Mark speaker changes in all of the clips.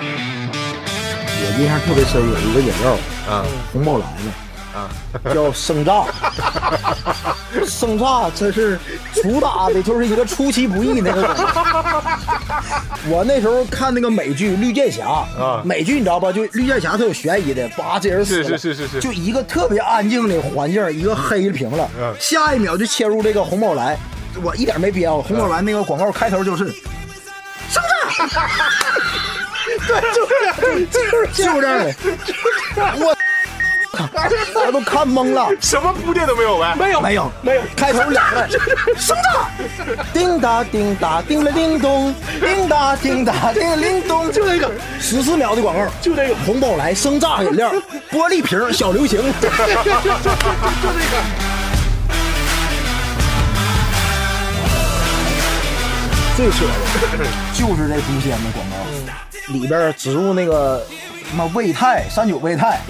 Speaker 1: 我印象特别深，有一个饮料，
Speaker 2: 啊
Speaker 1: 红宝蓝
Speaker 2: 啊
Speaker 1: 的，叫生 榨。生榨真是主打的就是一个出其不意那个感觉。我那时候看那个美剧《绿箭侠》
Speaker 2: 啊
Speaker 1: 美剧你知道吧？就绿箭侠它有悬疑的，叭这人死了，
Speaker 2: 是是是是是
Speaker 1: 就一个特别安静的环境，一个黑屏了，
Speaker 2: 嗯
Speaker 1: 下一秒就切入这个红宝蓝，我一点没编啊，红宝蓝那个广告开头就是。生榨，对，就是这样，就是就是这样的，我靠，我都看懵了。
Speaker 2: 什么铺垫都没有呗？
Speaker 1: 没有没有没有，开头两个生炸，叮哒叮哒叮了叮咚，叮哒叮哒叮了叮咚，就那个十四秒的广告，就那个红宝来生炸饮料，玻璃瓶小流行，就这个。最扯的就是这诛仙的广告，里边植入那个什么胃泰三九胃 泰，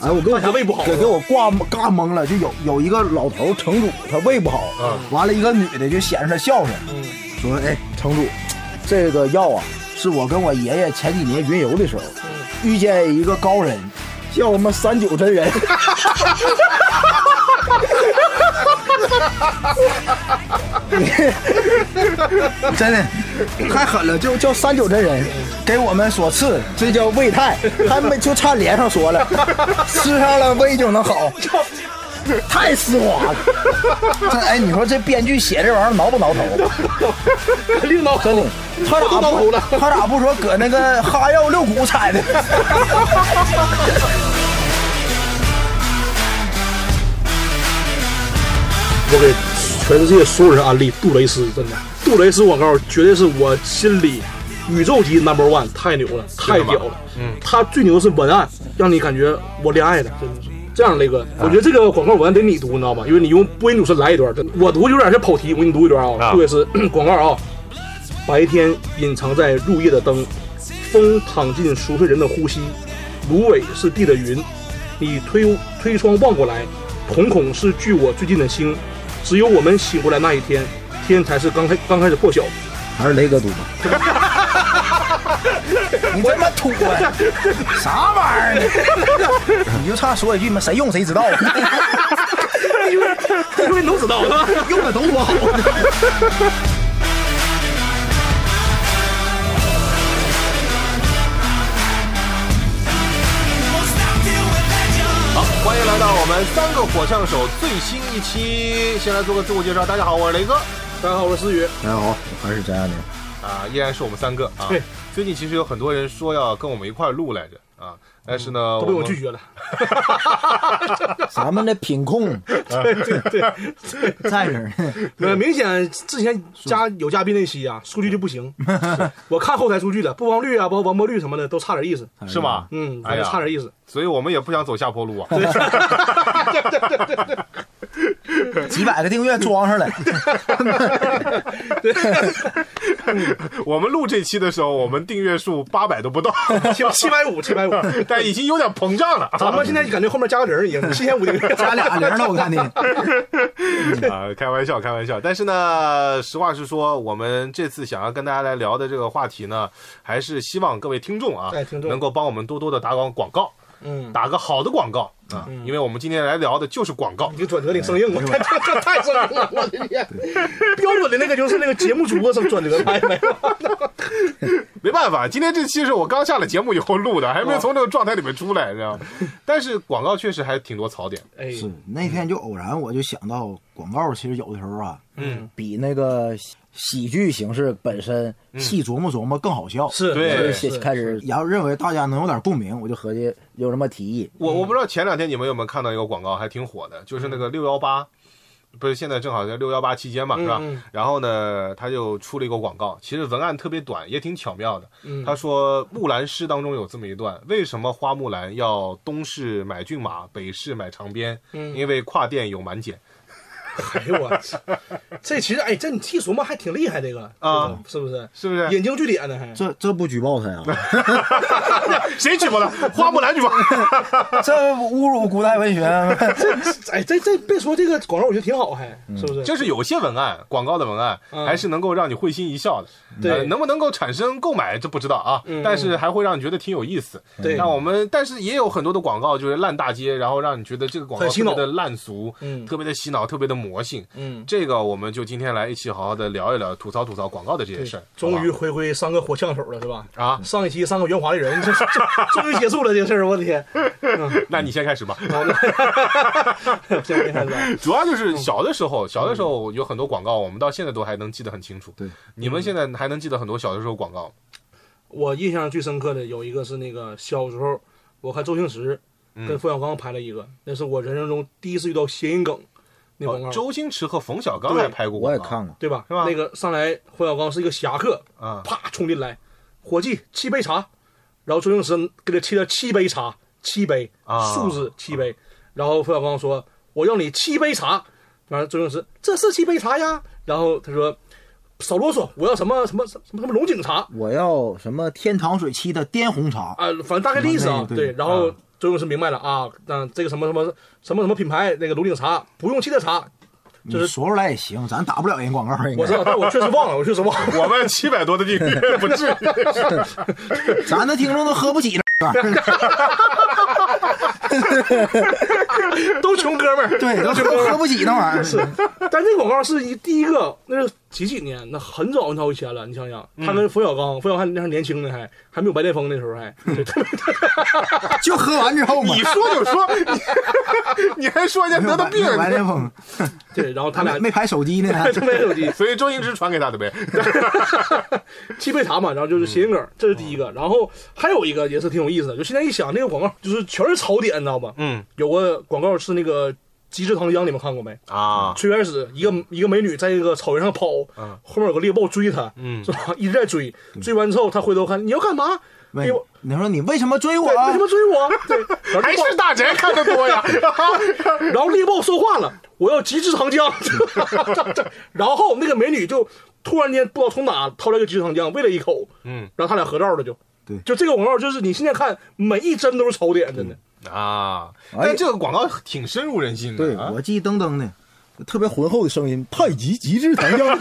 Speaker 1: 哎，我给我
Speaker 3: 啊那啥胃不好
Speaker 1: 给给我挂尬懵了，就有有一个老头儿城主他胃不好，
Speaker 3: 嗯
Speaker 1: 完了一个女的就显示他孝顺，说哎城主，这个药啊是我跟我爷爷前几年云游的时候
Speaker 3: 嗯
Speaker 1: 遇见一个高人，叫什么三九真人。 真的太狠了，就叫三九真人给我们所赐，这叫胃泰，还没就差连上说了，吃上了胃就能好，太丝滑了。这哎，你说这编剧写这玩意儿挠不挠头？
Speaker 3: 领导
Speaker 1: 真的，他咋
Speaker 3: 都挠头了
Speaker 1: 不他咋不说搁那个哈药六谷采的？
Speaker 3: 我给全世界所有人安利杜蕾斯，真的，杜蕾斯广告绝对是我心里宇宙级 number one，太牛了，太屌了。嗯，他最牛是文案，让你感觉我恋爱了，真的是。这样，雷哥，我觉得这个广告文案得你读，你知道吗？因为你用播音主持来一段，真的我读有点像跑题。我给你读一段啊，
Speaker 2: 啊
Speaker 3: 杜蕾斯 广告啊，白天隐藏在入夜的灯，风淌进熟睡人的呼吸，芦苇是地的云，你推推窗望过来，瞳孔是距我最近的星，只有我们醒过来那一天，天才是刚开刚开始破晓。
Speaker 1: 还是雷哥读吧。 你这么土啊！啥玩意儿呢？ 你就差说一句嘛，谁用谁知道。啊
Speaker 3: 因为能知道吗？
Speaker 1: 用的都不好。
Speaker 2: 好，欢迎来到我们三个火枪手最新一期。先来做个自我介绍，大家好，我是雷哥。
Speaker 3: 大家好，我是思雨。
Speaker 1: 大家好，还是翟亚宁。
Speaker 2: 啊，依然是我们三个啊
Speaker 3: 对。
Speaker 2: 最近其实有很多人说要跟我们一块儿录来着啊，但是呢，
Speaker 3: 嗯都被我拒绝了。
Speaker 1: 咱们的品控
Speaker 3: 对对对，
Speaker 1: 在这儿呢，
Speaker 3: 呃，明显之前嘉有嘉宾那期啊，数据就不 行。我看后台数据了，播放率啊，包括完播率什么的都差点意思。
Speaker 2: 是吗？
Speaker 3: 嗯，
Speaker 2: 哎
Speaker 3: 反
Speaker 2: 呀，
Speaker 3: 正差点意思。
Speaker 2: 所以我们也不想走下坡路啊。
Speaker 1: 几百个订阅装上了，
Speaker 2: 我们录这期的时候，我们订阅数八百都 不到，
Speaker 3: 七七百五，七百五。
Speaker 2: 但已经有点膨胀了。
Speaker 3: 咱们现在感觉后面加个零儿已经七千五的，
Speaker 1: 加俩零了，我看你。
Speaker 2: 啊，开玩笑，开玩笑。但是呢，实话实说，我们这次想要跟大家来聊的这个话题呢，还是希望各位听众啊，
Speaker 3: 哎听众
Speaker 2: 能够帮我们多多的打广广告，
Speaker 3: 嗯，
Speaker 2: 打个好的广告啊，因为我们今天来聊的就是广告
Speaker 3: 你。这转折挺生硬，我这这 太生硬了，我的天！标准的那个就是那个节目主播什么转 折
Speaker 1: 哎
Speaker 3: 拍没有？
Speaker 2: 没办法，今天这期是我刚下了节目以后录的，还没有从这个状态里面出来，你知道吗？但是广告确实还挺多槽点。
Speaker 3: 哎，
Speaker 1: 是那天就偶然我就想到，广告其实有的时候啊，嗯，比那个喜喜剧形式本身细琢磨琢磨更好笑。
Speaker 3: 是
Speaker 2: 对
Speaker 1: 我就是写
Speaker 3: 是
Speaker 1: 开始，然后认为大家能有点共鸣，我就合计有什么提议。
Speaker 2: 我
Speaker 3: 嗯
Speaker 2: 我不知道前两天你们有没有看到一个广告，还挺火的，就是那个六幺八，不是现在正好在六幺八期间嘛，是吧？
Speaker 3: 嗯
Speaker 2: 然后呢，他就出了一个广告，其实文案特别短，也挺巧妙的。
Speaker 3: 嗯
Speaker 2: 他说木兰诗当中有这么一段：为什么花木兰要东市买骏马，北市买长鞭？
Speaker 3: 嗯
Speaker 2: 因为跨店有满减。
Speaker 3: 哎呦我操，这其实哎，这你细琢磨还挺厉害，这个
Speaker 2: 啊，
Speaker 3: 是不是？
Speaker 2: 是不是
Speaker 3: 引经据典呢？还
Speaker 4: 这这不举报他呀？
Speaker 2: 谁举报的？花木兰举报。
Speaker 1: 这侮辱古代文学，
Speaker 3: 哎，这这别说这个广告，我觉得挺好，还
Speaker 1: 嗯
Speaker 3: 是不是？
Speaker 2: 就是有些文案，广告的文案
Speaker 3: 嗯
Speaker 2: 还是能够让你会心一笑的。
Speaker 3: 对嗯
Speaker 2: 呃能不能够产生购买这不知道啊，但是还会让你觉得挺有意思。
Speaker 3: 对
Speaker 2: 那我们但是也有很多的广告就是烂大街，然后让你觉得这个广告
Speaker 3: 很洗
Speaker 2: 特别
Speaker 3: 脑
Speaker 2: 的烂俗，
Speaker 3: 嗯
Speaker 2: 特别的洗脑，特别的魔性。
Speaker 3: 嗯
Speaker 2: 这个我们就今天来一起好好的聊一聊，吐槽吐槽广告的这些事儿。
Speaker 3: 终于
Speaker 2: 好
Speaker 3: 回归三个火枪手了，是吧？
Speaker 2: 啊
Speaker 3: 上一期三个圆滑的人，这这这终于结束了这个事儿，我的天！
Speaker 2: 不好，那你先开始吧。
Speaker 3: 好的，行，厉害了。
Speaker 2: 主要就是小的时候，小的时候有很多广告，我们到现在都还能记得很清楚。
Speaker 4: 对，
Speaker 2: 你们现在还能记得很多小的时候广告吗？
Speaker 3: 我印象最深刻的有一个是那个小时候，我看周星驰
Speaker 2: 嗯
Speaker 3: 跟冯小刚拍了一个，那是我人生中第一次遇到谐音梗那广告，
Speaker 2: 哦周星驰和冯小刚
Speaker 3: 对
Speaker 2: 还拍过广告，
Speaker 4: 我也看过，
Speaker 3: 对吧？
Speaker 2: 是吧
Speaker 3: 那个上来冯小刚是一个侠客，
Speaker 2: 啊，
Speaker 3: 啪冲进来，伙计七杯茶，然后周星驰给他沏了七杯茶，七杯
Speaker 2: 啊
Speaker 3: 数字七杯，然后冯小刚说：“我要你七杯茶。”完了，周星驰这是七杯茶呀，然后他说：“少啰嗦，我要什么什么什么什么龙井茶
Speaker 4: 我要什么天堂水沏的滇红茶，
Speaker 3: 啊、反正大概这意思啊。
Speaker 4: 嗯对
Speaker 3: 对，然后
Speaker 2: 啊
Speaker 3: 周星驰明白了啊，那这个什么什么什么什么品牌那个龙井茶不用沏的茶，
Speaker 4: 你
Speaker 3: 就是
Speaker 4: 说出来也行，咱打不了人广告，应
Speaker 3: 我知道，
Speaker 4: 该
Speaker 3: 但我确实忘了，我确实忘了。
Speaker 2: 我们七百多的订阅不至于。
Speaker 4: 咱的听众都喝不起了。
Speaker 3: 都穷哥们儿，
Speaker 4: 对，都喝喝不起那玩意儿。是，
Speaker 3: 但这广告是一第一个，那是几几年？那很早很早以前了。你想想，他跟冯小刚，冯小刚那还年轻呢，还还没有白癜风那时候还，
Speaker 4: 嗯
Speaker 3: 对特别
Speaker 4: 就喝完之后嘛
Speaker 2: 你，说就说， 你你还说人家得的病
Speaker 4: 没有白癜
Speaker 2: 呢，
Speaker 4: 风，
Speaker 3: 对。然后他
Speaker 4: 他
Speaker 3: 俩
Speaker 4: 没没拍手机呢，还
Speaker 3: 都没手机，
Speaker 2: 所以周星驰传给他的呗。
Speaker 3: 七杯茶嘛，然后就是谐音
Speaker 4: 嗯
Speaker 3: 梗，这是第一个。然后还有一个也是挺有意思的，就现在一想，那个广告就是全是槽点，你知道吧？
Speaker 2: 嗯
Speaker 3: 有个广告是那个《极致糖浆》，你们看过没？
Speaker 2: 啊，
Speaker 3: 最开始一个一个美女在一个草原上跑，
Speaker 2: 嗯
Speaker 3: 后面有个猎豹追她，
Speaker 2: 嗯
Speaker 3: 是吧？一直在追，追完之后她回头看，你要干嘛？
Speaker 4: 问
Speaker 3: 给哎我
Speaker 4: 你说你为什么追我
Speaker 3: 对，
Speaker 4: 啊？
Speaker 3: 为什么追我？ 对，然后
Speaker 2: 还
Speaker 3: 猎豹
Speaker 2: 是大宅看的多呀。
Speaker 3: 然后猎豹说话了，我要极致 糖浆。 然后那个美女就突然间不知道从哪掏来个极致糖浆，喂了一口，
Speaker 2: 嗯
Speaker 3: 然后他俩合照了就。
Speaker 4: 对
Speaker 3: 就这个广告，就是你现在看每一帧都是槽点，真的。
Speaker 2: 啊，
Speaker 4: 哎
Speaker 2: 但这个广告挺深入人心的。
Speaker 4: 对
Speaker 2: 啊
Speaker 4: 我记噔噔的，特别浑厚的声音，太极极致糖浆。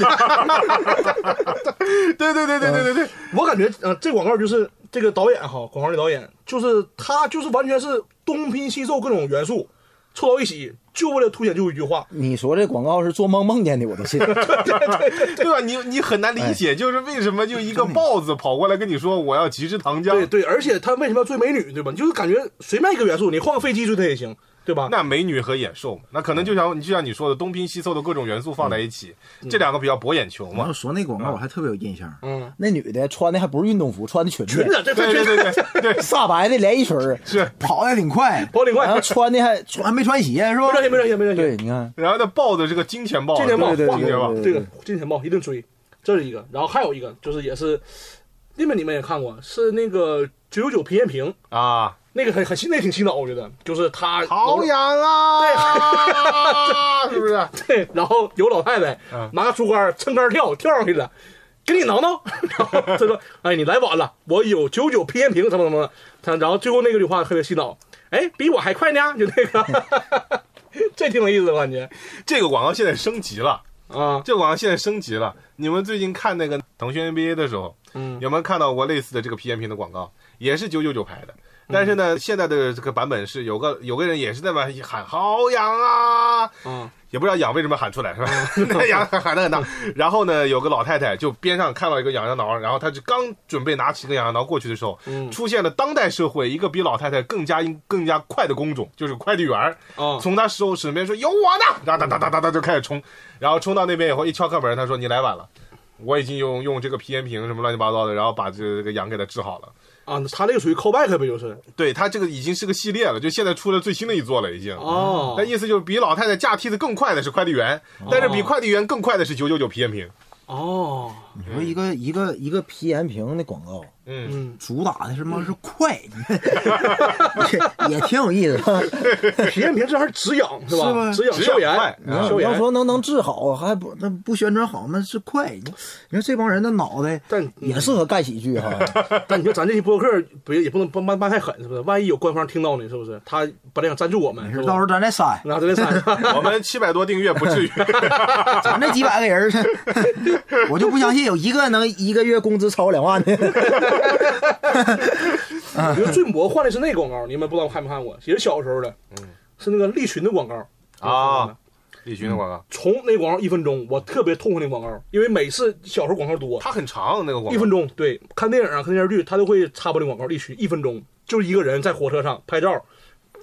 Speaker 2: 对对对对对对对，
Speaker 3: 我感觉，呃，这广告就是这个导演哈，广告的导演就是他，就是完全是东拼西凑各种元素凑到一起，就为了凸显就一句话。
Speaker 4: 你说这广告是做梦梦见的，我都信。
Speaker 2: 对吧？你你很难理解，就是为什么就一个豹子跑过来跟你说我要极致糖
Speaker 3: 对
Speaker 2: 浆，
Speaker 3: 对，而且他为什么要追美女，对吧？你就是感觉随便一个元素，你换个飞机追他也行，对吧？
Speaker 2: 那美女和野兽嘛，那可能就像你就像你说的东拼西凑的各种元素放在一起，这两个比较博眼球
Speaker 4: 我要
Speaker 2: 嘛。
Speaker 4: 说那广告，我还特别有印象。
Speaker 3: 嗯，
Speaker 4: 那女的穿的还不是运动服，穿的裙
Speaker 3: 裙
Speaker 4: 子，
Speaker 3: 子，这
Speaker 2: 对
Speaker 3: 这
Speaker 2: 对对对对，
Speaker 4: 煞白的连衣裙儿
Speaker 2: 是
Speaker 4: 跑的还挺快，
Speaker 3: 跑得挺快
Speaker 4: 然后穿的还穿还没穿鞋是吧
Speaker 3: 没？关系，没关系，没关系。
Speaker 4: 对，你看，
Speaker 2: 然后那豹子是个金钱豹，啊
Speaker 3: 金钱豹
Speaker 4: 对对
Speaker 2: 金钱豹
Speaker 4: 对，
Speaker 3: 这个金钱豹一顿追，这是一个。然后还有一个就是也是，那边你们也看过，是那个九九九平艳平，
Speaker 2: 啊，
Speaker 3: 那个很很新，那个挺洗脑，我觉得就是他
Speaker 2: 好
Speaker 3: 呀，
Speaker 2: 痒啊， 是不是？
Speaker 3: 对，然后有老太太
Speaker 2: 嗯
Speaker 3: 拿个竹竿撑杆跳跳上去了。给你挠 挠，然后他说：“哎，你来晚了，我有九九平艳平什么什么的。”他然后最后那个句话特别洗脑，哎，比我还快呢，就那个， 这挺有意思的，我感觉
Speaker 2: 这个广告现在升级了，
Speaker 3: 啊，
Speaker 2: 这个广告现在升级了。你们最近看那个腾讯 NBA 的时候，
Speaker 3: 嗯
Speaker 2: 有没有看到过类似的这个皮炎平的广告？也是九九九拍的，但是
Speaker 4: 嗯
Speaker 2: 呢，现在的这个版本是有个有个人也是在那边喊“好痒啊”，
Speaker 3: 啊，
Speaker 2: 也不知道痒为什么喊出来是吧？ 那痒喊得很大。然后呢，有个老太太就边上看到一个痒痒挠，然后她就刚准备拿起个痒痒挠过去的时候，
Speaker 3: 嗯
Speaker 2: 出现了当代社会一个比老太太更加更加快的工种，就是快递员儿。
Speaker 3: 哦
Speaker 2: 从她手身边说有我呢，哒哒哒哒哒哒就开始冲，然后冲到那边以后一敲开门，她说你来晚了。我已经用用这个皮炎平什么乱七八糟的，然后把这个痒给它治好了。
Speaker 3: 啊，他这个属于 callback 呗，就是
Speaker 2: 对它这个已经是个系列了，就现在出了最新的一座了，已经。
Speaker 3: 哦
Speaker 2: 那意思就是比老太太架梯子更快的是快递员，但是比快递 员更快的是九九九皮炎平。
Speaker 3: 哦，
Speaker 4: 你说一个一个一个皮炎平的广告，
Speaker 2: 嗯，
Speaker 4: 主打的什么是快，嗯 也挺有意思啊 的。
Speaker 3: 皮炎平这还是止痒是
Speaker 4: 是
Speaker 3: 吧？
Speaker 4: 吧
Speaker 3: 止痒
Speaker 2: 止
Speaker 3: 消炎嗯
Speaker 2: 痒快，
Speaker 4: 你
Speaker 1: 嗯
Speaker 4: 要
Speaker 3: 消
Speaker 4: 你要
Speaker 3: 炎。
Speaker 4: 说能能治好，还不那不宣传好，那是快。你你说这帮人的脑袋，
Speaker 3: 但
Speaker 4: 也适合干喜剧 哈。
Speaker 3: 但你说咱这期播客不也不能搬搬搬太狠，是不是？万一有官方听到呢，是不是？他本来想赞助我们，
Speaker 4: 没
Speaker 3: 是
Speaker 4: 事，
Speaker 3: 吧
Speaker 4: 到时候咱再 删，
Speaker 3: 那真的惨。
Speaker 2: 我们七百多订阅不 至于，
Speaker 4: 咱这几百个人儿，我就不相信有一个能一个月工资超过两万的。
Speaker 3: 我觉得最魔幻的是那广告，你们不知道看没看过，也是小时候的，是那个利群的广告
Speaker 2: 嗯 啊。李群的广告，
Speaker 3: 从那广告一分钟，我特别痛恨那广告，因为每次小时候广告多，
Speaker 2: 它很长那个广告，
Speaker 3: 一分钟，对，看电影啊，看电视剧，他都会插播这广告，利群一分钟，就是一个人在火车上拍照，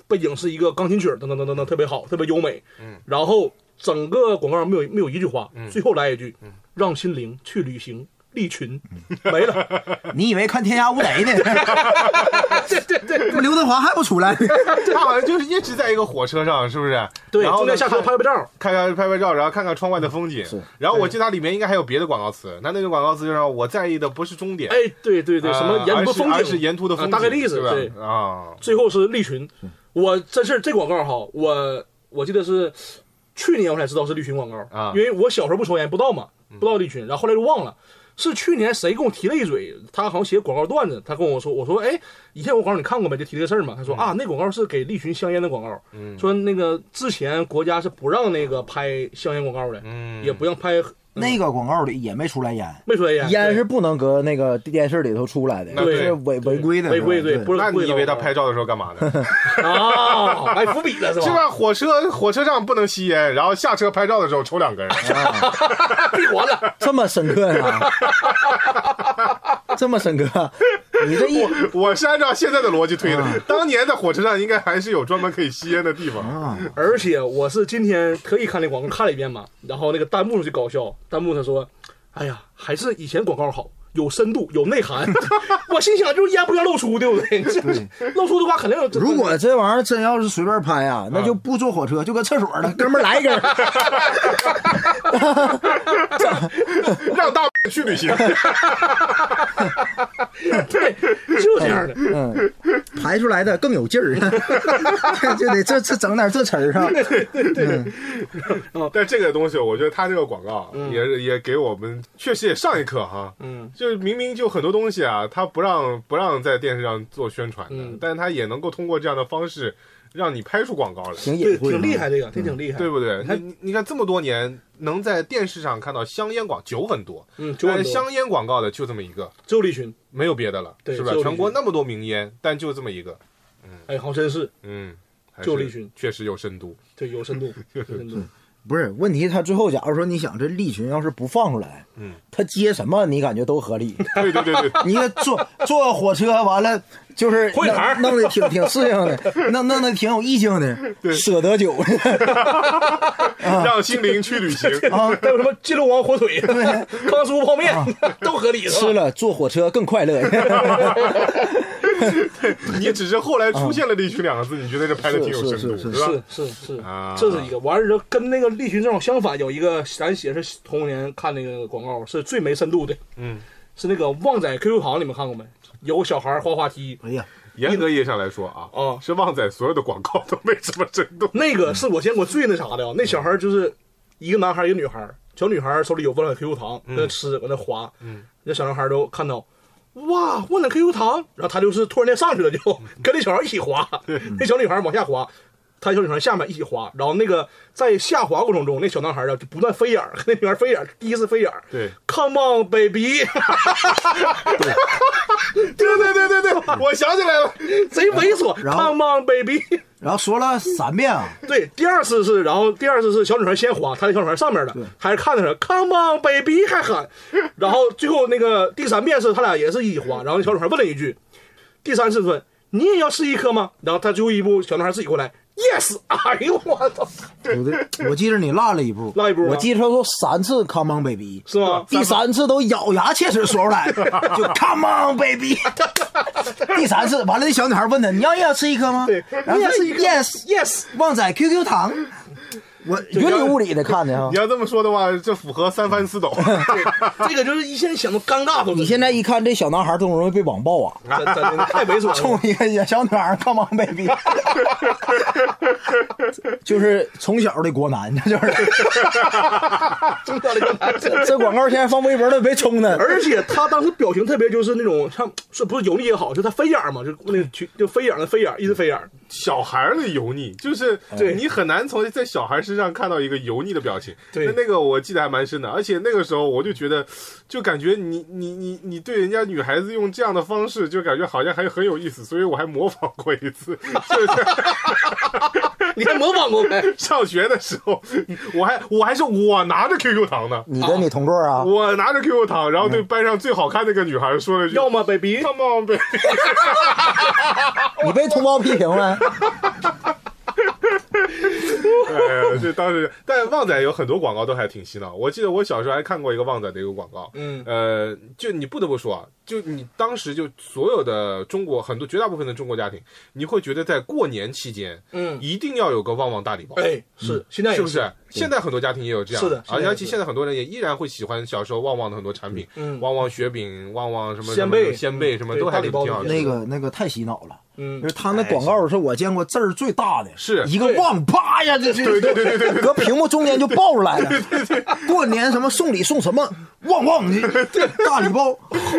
Speaker 3: 背景是一个钢琴曲儿，等等等等等，特别好，特别优美。嗯，然后整个广告没有没有一句话，
Speaker 2: 嗯
Speaker 3: 最后来一句，让心灵去旅行。利群
Speaker 2: 嗯
Speaker 3: 没了，
Speaker 4: 你以为看《天下无贼》呢？
Speaker 3: 对对对
Speaker 4: 怎么刘德华还不出来呢？
Speaker 2: 他好像就是一直在一个火车上，是不是？
Speaker 3: 对，
Speaker 2: 然后
Speaker 3: 中
Speaker 2: 呢
Speaker 3: 间下车拍拍照，
Speaker 2: 看看拍拍照，然后看看窗外的风景。然后我记得它里面应该还有别的广告词，那那个广告词就是我在意的不是终点，
Speaker 3: 哎，对对对，
Speaker 2: 呃
Speaker 3: 什么沿
Speaker 2: 而
Speaker 3: 途
Speaker 2: 是
Speaker 3: 风景
Speaker 2: 而是沿途的
Speaker 3: 啊
Speaker 2: 风景，
Speaker 3: 大概的意思，
Speaker 2: 对吧
Speaker 3: 对，
Speaker 2: 啊，
Speaker 3: 最后是利群，我真是这广告哈，我我记得是去年我才知道是利群广告
Speaker 2: 啊
Speaker 3: 因为我小时候不抽烟，不知道嘛，不知道利群，然后后来就忘了。是去年谁跟我提了一嘴，他好像写广告段子，他跟我说，我说，哎，以前有个广告你看过没？就提这个事儿嘛。他
Speaker 2: 嗯
Speaker 3: 说、啊，那广告是给利群香烟的广告，说那个之前国家是不让那个拍香烟广告的，
Speaker 2: 嗯
Speaker 3: 也不让拍
Speaker 4: 那个广告里也没出来烟，
Speaker 3: 没说烟，
Speaker 1: 烟
Speaker 3: 对
Speaker 1: 是不能搁那个电视里头出来的，
Speaker 2: 对
Speaker 1: 是违违规的，
Speaker 3: 违规，
Speaker 1: 是
Speaker 3: 对，
Speaker 1: 吧
Speaker 3: 不是哦
Speaker 2: 那
Speaker 3: 故
Speaker 2: 你
Speaker 3: 意
Speaker 2: 以
Speaker 3: 的
Speaker 2: 为他
Speaker 3: 广告
Speaker 2: 拍照的时候干嘛呢？
Speaker 3: 啊，埋伏笔 了是吧？
Speaker 2: 是吧？火车火车上不能吸烟，然后下车拍照的时候抽两根。
Speaker 3: 闭环了，
Speaker 1: 这么深刻呢？ 这么深刻？
Speaker 4: 啊
Speaker 1: 你这一
Speaker 2: 我是按照现在的逻辑推
Speaker 3: 啊
Speaker 2: 的，当年在火车上应该还是有专门可以吸烟的地方。
Speaker 3: 而且我是今天特意看那广告看了一遍嘛，然后那个弹幕就搞笑，弹幕他说：“哎呀，还是以前广告好，有深度，有内涵。” 我心想，就是烟不要露出，对不对？这露出的话，肯定有。
Speaker 4: 如果这玩意儿真要是随便拍啊，那就不坐火车，就搁厕所了。 哥们儿来一根儿，
Speaker 2: 让大去旅行，
Speaker 3: 对，就这样的。
Speaker 4: 嗯排出来的更有劲儿， 就得这这整点这词儿啊。
Speaker 2: 但这个东西，我觉得他这个广告也是也给我们确实也上一课哈。
Speaker 3: 嗯，
Speaker 2: 就是明明就很多东西啊，他不让不让在电视上做宣传的
Speaker 3: 嗯，
Speaker 2: 但是他也能够通过这样的方式让你拍出广告来。
Speaker 1: 挺
Speaker 4: 啊
Speaker 3: 对，
Speaker 1: 隐晦，
Speaker 3: 挺厉害，这个，这挺厉害。
Speaker 2: 对不对？你你你看这么多年，能在电视上看到香烟广酒很多，
Speaker 3: 嗯酒很
Speaker 2: 但是
Speaker 3: 多
Speaker 2: 香烟广告的就这么一个，
Speaker 3: 周立群，
Speaker 2: 没有别的了，
Speaker 3: 对
Speaker 2: 是吧
Speaker 3: 就？立
Speaker 2: 全国
Speaker 3: 群
Speaker 2: 那么多名烟，但就这么一个，
Speaker 3: 哎，好，真是
Speaker 2: 嗯，还
Speaker 3: 就是立群
Speaker 2: 确实有深度。
Speaker 3: 对，有深 度，有深度。
Speaker 4: 不是问题，他最后假如说你想这利群要是不放出来，
Speaker 2: 嗯，
Speaker 4: 他接什么你感觉都合理。
Speaker 2: 对对对对，
Speaker 4: 你看坐坐火车完了就是
Speaker 3: 会
Speaker 4: 弄
Speaker 3: 牌儿
Speaker 4: 弄得挺挺适应的，弄弄得挺有意境的，舍得酒
Speaker 1: 啊
Speaker 2: 让心灵去旅 行。
Speaker 3: 还有什么金龙王火 腿、康师傅泡面， 都合理
Speaker 1: 吃
Speaker 3: 了。
Speaker 1: 了坐火车更快乐。
Speaker 2: 你只是后来出现了“利群”两个字，你觉得这拍的挺有深度，
Speaker 1: 是是是
Speaker 2: 吧？
Speaker 3: 是是是
Speaker 2: 啊，
Speaker 3: 这是一个。完了之后跟那个利群正好相反，有一个咱写是童年看那个广告是最没深度的，
Speaker 2: 嗯，
Speaker 3: 是那个旺仔 QQ 糖，你们看过没？有个小孩滑滑梯，
Speaker 4: 哎呀，
Speaker 2: 严格意义上来说啊，
Speaker 3: 哦
Speaker 2: 是旺仔所有的广告都没什么深度。
Speaker 3: 那个是我见过最那啥的啊，那小孩就是一个男孩一个女孩，小女孩手里有旺仔 QQ 糖，在那吃搁那滑，嗯，那小男孩都看到。哇，旺仔 QQ 糖，然后他就是突然间上去了，就跟那小孩一起滑，那小女孩往下滑，他小女孩下面一起滑，然后那个在下滑过程中，那小男孩啊就不断飞眼儿， 跟那女孩飞眼儿，第一次飞眼儿，
Speaker 2: 对
Speaker 3: ，Come on baby，
Speaker 2: 对对对对对，我想起来了，
Speaker 3: 贼猥琐
Speaker 4: 然后
Speaker 3: ，Come on baby，
Speaker 4: 然后说了三遍啊，
Speaker 3: 对，第二次是，然后第二次是小女孩先滑，她在小女孩上面的，还是看着她，Come on baby，还喊，然后最后那个第三遍是他俩也是一起滑，然后小女孩问了一句，第三次问你也要吃一颗吗？然后他最后一步小男孩自己过来，Yes，哎呦我操，
Speaker 4: 有的我记着你落了一步，啊
Speaker 3: 拉一波吧，
Speaker 1: 我记得他说三次 “come on baby”，
Speaker 3: 是吗？
Speaker 1: 第三次都咬牙切齿说出 来，就 “come on baby”。
Speaker 4: 第三次完了，那小女孩问他你要也要吃一颗吗？
Speaker 3: 对，
Speaker 4: 然后他是 yes
Speaker 3: yes，
Speaker 4: 旺仔 QQ 糖，
Speaker 1: 我云里雾里的看的啊
Speaker 2: 你。要这么说的话，这符合三翻四 抖。
Speaker 3: 这个就是一现在想到尴尬都是。
Speaker 1: 你现在一看这小男孩，这么容易被网暴啊！
Speaker 3: 真真的太猥琐 了。
Speaker 1: 冲啊一个小女孩干嘛被逼？ 就是从小的国难，这就是。
Speaker 3: 中断了一个男生
Speaker 1: 这广告现在放微博都被冲的。
Speaker 3: 而且他当时表情特别就是那种像说不是油腻也好，就他飞眼儿嘛，就那个去就飞眼儿的飞眼儿，一直飞眼儿。
Speaker 2: 小孩儿的油腻，就是
Speaker 3: 对
Speaker 2: 你很难从在小孩身上看到一个油腻的表情。
Speaker 3: 对
Speaker 2: 那那个我记得还蛮深的，而且那个时候我就觉得，就感觉你你你你对人家女孩子用这样的方式，就感觉好像还很有意思，所以我还模仿过一次， 就是
Speaker 3: 你还模仿过 没？
Speaker 2: 上学的时候，我还我还是我拿着 QQ 糖呢，
Speaker 1: 你跟你同桌啊？
Speaker 2: 我拿着 QQ 糖，然后对班上最好看那个女孩说了一句
Speaker 3: 要么 baby，
Speaker 2: ：“Come on, baby。
Speaker 1: 你被同胞批评了？
Speaker 2: 哎呀，这当时，但旺仔有很多广告都还挺洗脑。我记得我小时候还看过一个旺仔的一个广告，
Speaker 3: 嗯，
Speaker 2: 呃，就你不得不说啊，就你当时就所有的中国很多绝大部分的中国家庭，你会觉得在过年期间，
Speaker 3: 嗯
Speaker 2: 一定要有个旺旺大礼包。
Speaker 3: 哎，是现在也
Speaker 2: 嗯是不是？现在很多家庭也有这样，
Speaker 3: 是的
Speaker 2: 而
Speaker 3: 现在也
Speaker 2: 且
Speaker 3: 是
Speaker 2: 而且现在很多人也依然会喜欢小时候旺旺的很多产品，
Speaker 3: 嗯
Speaker 2: 旺旺雪饼、旺旺什么
Speaker 3: 鲜贝嗯
Speaker 2: 什么鲜贝什么
Speaker 3: 对
Speaker 2: 都还
Speaker 3: 大礼
Speaker 2: 挺
Speaker 3: 包
Speaker 2: 挺好
Speaker 3: 也
Speaker 2: 吃
Speaker 3: 是
Speaker 2: 的。
Speaker 1: 那个那个太洗脑了。
Speaker 3: 嗯
Speaker 1: 就是他那广告是我见过字儿最大的，
Speaker 2: 是
Speaker 1: 一个旺，啪呀，这这哎对对对对，搁屏幕中间就爆出来了。过年什么送礼送什么，旺旺的大礼包，
Speaker 3: 后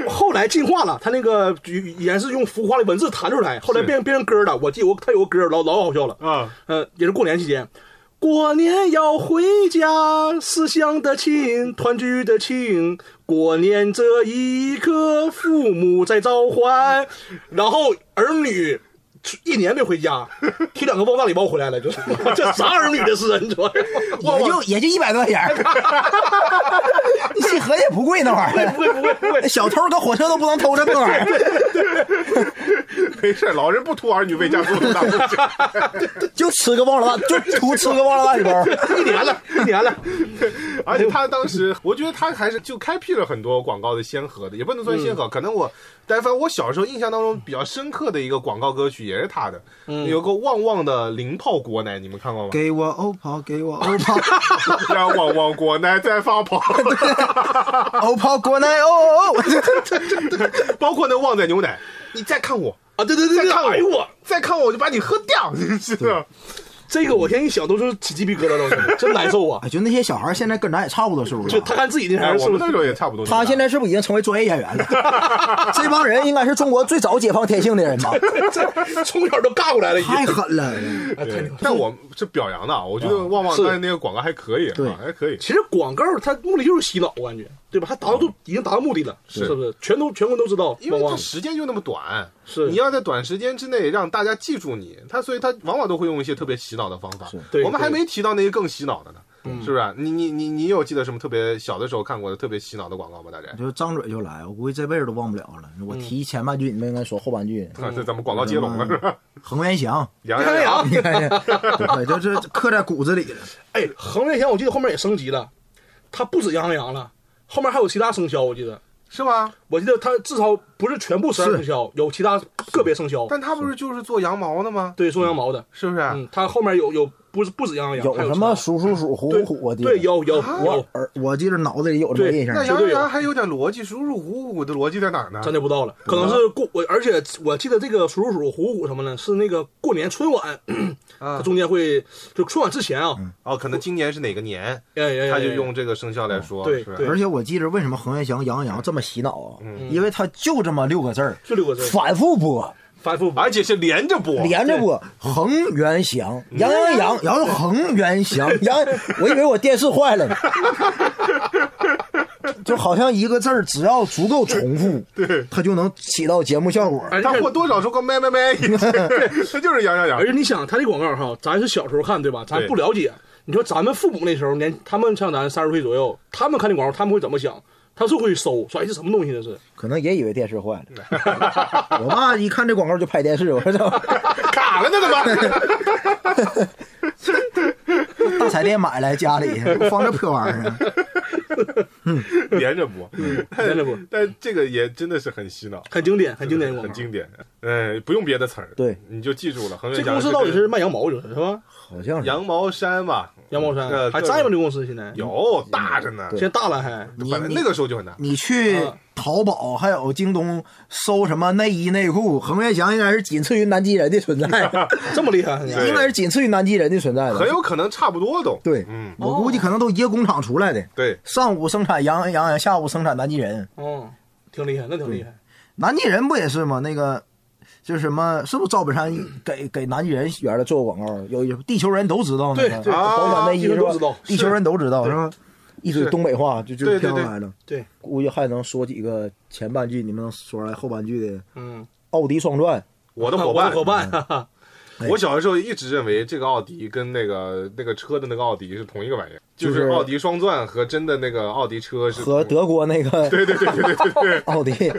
Speaker 3: 后来进化了，他那个语语言是用浮夸的文字弹出来，后来变变成歌了。我记得我他有个歌老老好笑了，
Speaker 2: 啊
Speaker 3: 呃，也是过年期间。过年要回家，思乡的亲，团聚的亲。过年这一刻，父母在召唤，然后儿女一年没回 家，提两个旺大礼包回来了，就是这啥儿女的事啊？你说， 旺
Speaker 1: 也
Speaker 3: 旺
Speaker 1: 就也就一百多块 钱儿，你细合也不贵那玩意
Speaker 3: 不
Speaker 1: 儿。
Speaker 3: 会不会不会，
Speaker 1: 小偷搁火车都不能偷这破玩意儿，
Speaker 2: 没事，老人不图儿女为家做主大不小。
Speaker 1: 就吃个旺了大，就图吃个旺了大礼包。
Speaker 3: 一年了一年了，
Speaker 2: 而且他当时，我觉得他还是就开辟了很多广告的先河的，也不能算先河，可能我，但凡我小时候印象当中比较深刻的一个广告歌曲也是他的，有个旺旺的零泡果奶，你们看过吗？
Speaker 4: 给我欧跑，给我欧跑，
Speaker 2: 让旺旺果奶在发泡，
Speaker 1: 欧泡果奶哦 哦哦，
Speaker 2: 包括那旺仔牛奶，你再看我，
Speaker 3: 啊，对对对
Speaker 2: 再
Speaker 3: 对，
Speaker 2: 看
Speaker 3: 哎呦我
Speaker 2: 我，再看我，我就把你喝掉， 是哎的，
Speaker 3: 这个我现在一想都是起鸡皮疙瘩了，真难 受啊！
Speaker 4: 哎就那些小孩儿现在跟咱也差不多岁数
Speaker 3: 就
Speaker 4: 了。
Speaker 3: 他看自己那
Speaker 2: 哎
Speaker 3: 啥
Speaker 2: 我
Speaker 3: 是不
Speaker 2: 们
Speaker 3: 是
Speaker 2: 那时候也差不多。
Speaker 1: 他现在是不是已经成为专业演 员了？这帮人应该是中国最早解放天性的人吧？
Speaker 3: 这从小都尬过来了，已经
Speaker 4: 太狠了，
Speaker 3: 哎太
Speaker 2: 对
Speaker 3: 牛了。
Speaker 2: 但我是表扬的啊，我觉得旺旺
Speaker 3: 是
Speaker 2: 当时那个广告还可以，啊，还可以。
Speaker 3: 其实广告它目的就是洗脑，我感觉，对吧？它达到都已经达到目的了，
Speaker 2: 是
Speaker 3: 是不是？全都全国都知道，
Speaker 2: 因
Speaker 3: 汪
Speaker 2: 为它
Speaker 3: 汪
Speaker 2: 时间就那么短，
Speaker 3: 是
Speaker 2: 你要在短时间之内让大家记住你，他所以他往往都会用一些特别洗脑的方法。
Speaker 3: 对
Speaker 2: 我们还
Speaker 3: 对
Speaker 2: 没提到那些更洗脑的呢，
Speaker 3: 嗯
Speaker 2: 是不是？你你你你有记得什么特别小的时候看过的特别洗脑的广告吗？大
Speaker 3: 嗯
Speaker 2: 家？
Speaker 4: 就张嘴就来，我估计这辈子都忘不了了。我提前半句，你们应该说后半句。
Speaker 1: 嗯
Speaker 2: 这咱们广告接龙
Speaker 3: 嗯
Speaker 2: 了是吧？
Speaker 4: 恒源祥，
Speaker 2: 杨洋洋，
Speaker 4: 你看这，对，就是刻在骨子里了。
Speaker 3: 哎，恒源祥我记得后面也升级了，它不止羊羊羊了，后面还有其他生肖，我记得。
Speaker 2: 是吗？
Speaker 3: 我记得它至少不是全部十二生肖，有其他个别生肖。
Speaker 2: 但他不是就是做羊毛的吗？
Speaker 3: 对，送羊毛的，
Speaker 2: 是不是？啊
Speaker 3: 嗯，它后面有有不是不止羊羊羊，
Speaker 1: 有
Speaker 3: 还
Speaker 1: 什
Speaker 3: 其他
Speaker 1: 么鼠鼠鼠、虎
Speaker 3: 对
Speaker 1: 虎虎啊？
Speaker 3: 对，有有有，
Speaker 4: 而我记得脑子里有这么个印象
Speaker 2: 那。
Speaker 3: 绝
Speaker 2: 杨
Speaker 3: 对
Speaker 2: 洋
Speaker 3: 有
Speaker 2: 洋还有点逻辑，鼠鼠虎虎的逻辑在哪儿呢？
Speaker 3: 真的不知道了，可能是过我，而且我记得这个鼠鼠鼠、虎虎什么呢？是那个过年春晚，
Speaker 2: 啊
Speaker 3: 它中间会就春晚之前啊，
Speaker 2: 哦，可能今年是哪个年，
Speaker 3: 哎哎哎，
Speaker 2: 他就用这个生肖来说，
Speaker 3: 对
Speaker 2: 是吧
Speaker 3: 对
Speaker 4: 而且我记得为什么恒源祥、杨洋这么洗脑啊？因为他就这么六个字儿，
Speaker 3: 嗯就六个字儿，
Speaker 1: 反复播，
Speaker 3: 反复
Speaker 2: 而且是连着播，
Speaker 1: 连着
Speaker 3: 嗯
Speaker 1: 播，恒源祥、杨阳洋，然后恒源祥、杨，我以为我电视坏了呢，就好像一个字儿只要足够重复，对，它就能起到节目效果。
Speaker 3: 而且
Speaker 2: 他或多少说个咩咩咩，他就是杨洋洋
Speaker 3: 而。且你想，他这广告哈，咱是小时候看对吧？咱
Speaker 2: 对
Speaker 3: 不了解。你说咱们父母那时候年，他们像咱三十岁左右，他们看这广告，他们会怎么想？他是会搜，说哎这什么东西这是？
Speaker 1: 可能也以为电视坏 了。我妈一看这广告就拍电视，我说
Speaker 3: 哎
Speaker 2: 卡了呢，怎么？
Speaker 1: 大彩电买来家里，
Speaker 4: 放这破玩意儿啊，
Speaker 2: 连着播，
Speaker 3: 连着播
Speaker 2: 嗯但这个也真的是很洗脑，
Speaker 3: 很经典，很经典的广
Speaker 2: 很
Speaker 3: 告。
Speaker 2: 经典。哎，不用别的词儿，
Speaker 1: 对，
Speaker 2: 你就记住了。恒
Speaker 3: 这
Speaker 2: 源
Speaker 3: 公司到底是卖羊毛就是是吧？
Speaker 1: 好像是
Speaker 2: 羊毛衫吧？
Speaker 3: 羊毛
Speaker 2: 呃
Speaker 3: 衫还在吗？这公司现在，
Speaker 2: 有大着呢，
Speaker 3: 现在大了还。
Speaker 2: 本来那个时候就很大。
Speaker 1: 你去
Speaker 3: 啊
Speaker 1: 淘宝还有京东搜什么内衣内裤，恒源祥应该是仅次于南极人的存 在，
Speaker 3: 这么厉害呢？
Speaker 2: 对
Speaker 1: 应该是仅次于南极人的存在
Speaker 2: 很
Speaker 1: 的。
Speaker 2: 有可能差不多都。
Speaker 1: 对，
Speaker 2: 嗯，
Speaker 1: 我估计可能都一个工厂出来的，
Speaker 2: 对，
Speaker 1: 上午生产羊羊羊，下午生产南极人。
Speaker 3: 哦，挺厉害，那挺厉
Speaker 1: 嗯
Speaker 3: 害。
Speaker 1: 南极人不也是吗？那个就是什么，是不是赵本山给给南极人原来做过广告？有有，地球人都知道那
Speaker 3: 对
Speaker 1: 个
Speaker 3: 对啊
Speaker 1: 保暖内衣
Speaker 3: 地
Speaker 1: 是
Speaker 3: 球人都
Speaker 1: 吧
Speaker 3: 知道？
Speaker 1: 地球人都知道是吧？一嘴
Speaker 2: 是
Speaker 1: 东北话就就
Speaker 2: 对对
Speaker 1: 飘出
Speaker 2: 对
Speaker 1: 来了。
Speaker 3: 对，
Speaker 1: 估计还能说几个前半句，你们能说出来后半句的《
Speaker 3: 嗯，
Speaker 1: 奥迪双钻》。
Speaker 2: 我的
Speaker 3: 啊
Speaker 2: 伙
Speaker 3: 我的
Speaker 2: 伴，
Speaker 3: 伙伴，哈哈
Speaker 1: 哎
Speaker 2: 我小的时候一直认为这个奥迪跟那个那个车的那个奥迪是同一个玩意儿，就
Speaker 1: 就是
Speaker 2: 是奥迪双钻和真的那个奥迪车是
Speaker 1: 和
Speaker 2: 同
Speaker 1: 德国那个
Speaker 2: 对对对对对对对，
Speaker 1: 奥 迪，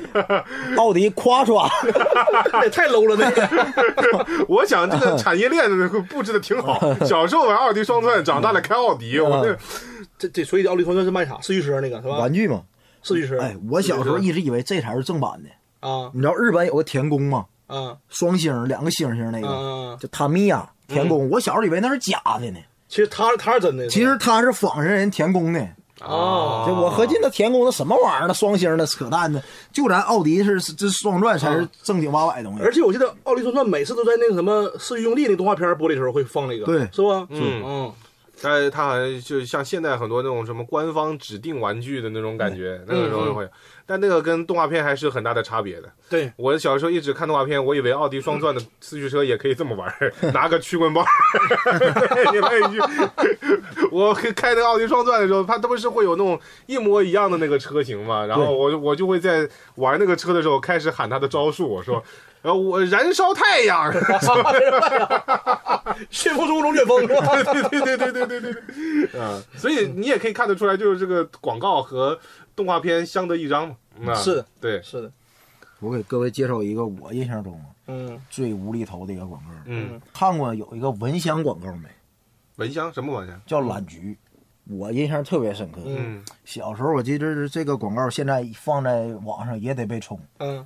Speaker 1: 奥迪夸
Speaker 3: 啊
Speaker 1: 刷，
Speaker 3: 那也太 low 了，那个。
Speaker 2: 我想这个产业链布置的挺好。 啊小时候玩奥迪双钻，长大了开奥迪，我这
Speaker 3: 这这，所以奥利双钻是卖啥？四驱车那个是吧
Speaker 1: 玩？具嘛。
Speaker 3: 四驱车。
Speaker 1: 哎，我小时候一直以为这才是正版的。
Speaker 3: 啊
Speaker 1: 你知道日本有个田宫吗？
Speaker 3: 啊
Speaker 1: 双星两个星星那
Speaker 3: 啊
Speaker 1: 个，
Speaker 3: 啊！
Speaker 1: 叫塔米亚田
Speaker 3: 嗯
Speaker 1: 宫。我小时候以为那是假的呢，
Speaker 3: 其实他他是真的。
Speaker 1: 其实它是仿人人田宫的。
Speaker 3: 啊，
Speaker 2: 哦
Speaker 1: 就我合计那田宫那什么玩意儿呢？双星的扯淡呢？就咱奥迪是是这双钻才是正经八百东西
Speaker 3: 嗯而。且我记得奥利双钻每次都在那个什么《四驱兄弟》那动画片播的时候会放那个，
Speaker 1: 对
Speaker 3: 是吧？
Speaker 2: 嗯
Speaker 3: 嗯，
Speaker 2: 但是它好像就像现在很多那种什么官方指定玩具的那种感觉，那个时候会，但那个跟动画片还是有很大的差别的。
Speaker 3: 对，
Speaker 2: 我小时候一直看动画片，我以为奥迪双钻的四驱车也可以这么玩 儿，拿个曲棍棒儿， 你来一句。我开那个奥迪双钻的时候，它它不是会有那种一模一样的那个车型嘛？然后我就我就会在玩那个车的时候开始喊它的招数，我说，然后我燃烧太阳，
Speaker 3: 旋风中龙卷风是吧？
Speaker 2: 对对对对对对对对，啊，所以你也可以看得出来，就是这个广告和动画片相得益彰嘛。嗯啊
Speaker 3: 是的
Speaker 2: 对，
Speaker 3: 是的，
Speaker 1: 我给各位介绍一个我印象中啊
Speaker 3: 嗯，
Speaker 1: 最无厘头的一个广告。
Speaker 2: 嗯，
Speaker 1: 看过有一个蚊香广告没？
Speaker 2: 蚊香什么蚊香？
Speaker 1: 叫懒菊，我印象特别深刻。
Speaker 2: 嗯
Speaker 1: 小时候我记得是这个广告，现在放在网上也得被冲。
Speaker 3: 嗯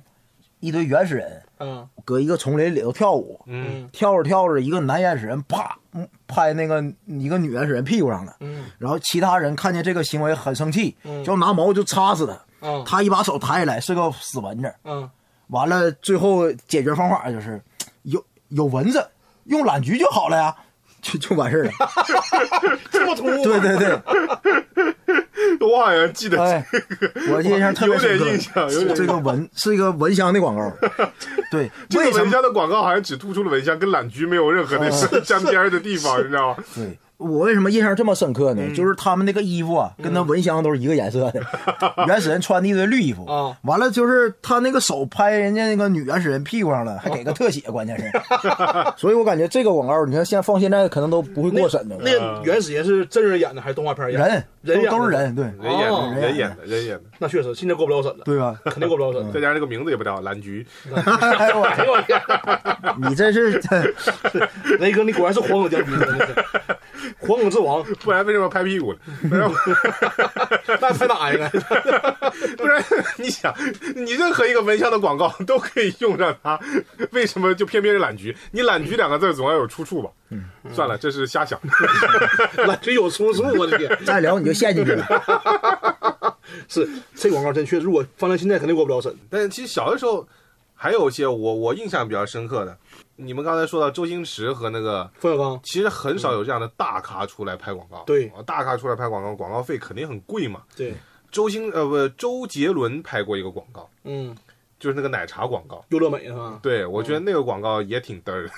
Speaker 1: 一堆原始人
Speaker 3: 嗯
Speaker 1: 搁一个丛林里头跳舞，
Speaker 2: 嗯
Speaker 1: 跳着跳着，一个男原始人啪嗯拍那个一个女原始人屁股上了，
Speaker 3: 嗯
Speaker 1: 然后其他人看见这个行为很生气，就拿毛就插死他。
Speaker 3: 嗯
Speaker 1: 他一把手抬起来是个死蚊子，
Speaker 3: 嗯，
Speaker 1: 完了最后解决方法就是有有蚊子用懒菊就好了呀，就就完事 儿了。
Speaker 3: 这么突
Speaker 2: 啊
Speaker 3: 兀，
Speaker 1: 对对对。
Speaker 2: 我好像记得
Speaker 1: 哎，我印象特别深刻，
Speaker 2: 有点印象有点印象
Speaker 1: 这个蚊是一个蚊香的广告， 对，
Speaker 2: 这
Speaker 1: 为
Speaker 2: 个
Speaker 1: 什
Speaker 2: 蚊
Speaker 1: 么？
Speaker 2: 香的广告好像只突出了蚊香，跟懒菊没有任何的 沾边儿的地方，你知道吗？
Speaker 1: 对，我为什么印象这么深刻呢？
Speaker 3: 嗯
Speaker 1: 就是他们那个衣服啊，跟那蚊香都是一个颜色的， 原始人穿的一堆绿衣服
Speaker 3: 嗯啊
Speaker 1: 完了就是他那个手拍人家那个女原始人屁股上了，还给个特 写，关键是，所以我感觉这个广告，你看现在放现在可能都不会过审的了，
Speaker 3: 那个原始人是真人演的还是动画片演的？
Speaker 1: 人
Speaker 3: 人演
Speaker 1: 都都是
Speaker 3: 的，
Speaker 1: 人，对
Speaker 2: 人演
Speaker 3: 哦
Speaker 2: 的，人演的，人演的，
Speaker 3: 那确实现在过不了审了，
Speaker 1: 对 吧？
Speaker 3: 肯定过不了审了。
Speaker 2: 再加上这个名字也不大好，蓝菊。
Speaker 1: 哎呦
Speaker 3: 哎呦我天，
Speaker 1: 你这 是
Speaker 3: 雷哥，你果然是黄梗将军，真的是黄梗 之王，
Speaker 2: 不然为什么要拍屁股呢？不然，
Speaker 3: 那拍哪呀？
Speaker 2: 不然，你想，你任何一个蚊香的广告都可以用上它，为什么就偏偏是懒菊？你懒菊两个字儿总要有出处吧？算了，这是瞎想。
Speaker 3: 那就有出啊处，我的天！
Speaker 1: 再聊你就陷进去了。
Speaker 3: 是这广告真确实，如果放在现在肯定过不了审。
Speaker 2: 但是其实小的时候，还有一些我我印象比较深刻的，你们刚才说到周星驰和那个
Speaker 3: 冯小刚，
Speaker 2: 其实很少有这样的大咖出来拍广告。
Speaker 3: 对
Speaker 2: 啊大咖出来拍广告，广告费肯定很贵嘛。
Speaker 3: 对，
Speaker 2: 周星呃不，周杰伦拍过一个广告，
Speaker 3: 嗯，
Speaker 2: 就是那个奶茶广告。
Speaker 3: 优乐美是吧？
Speaker 2: 对，我觉得那个广告也挺嘚儿的，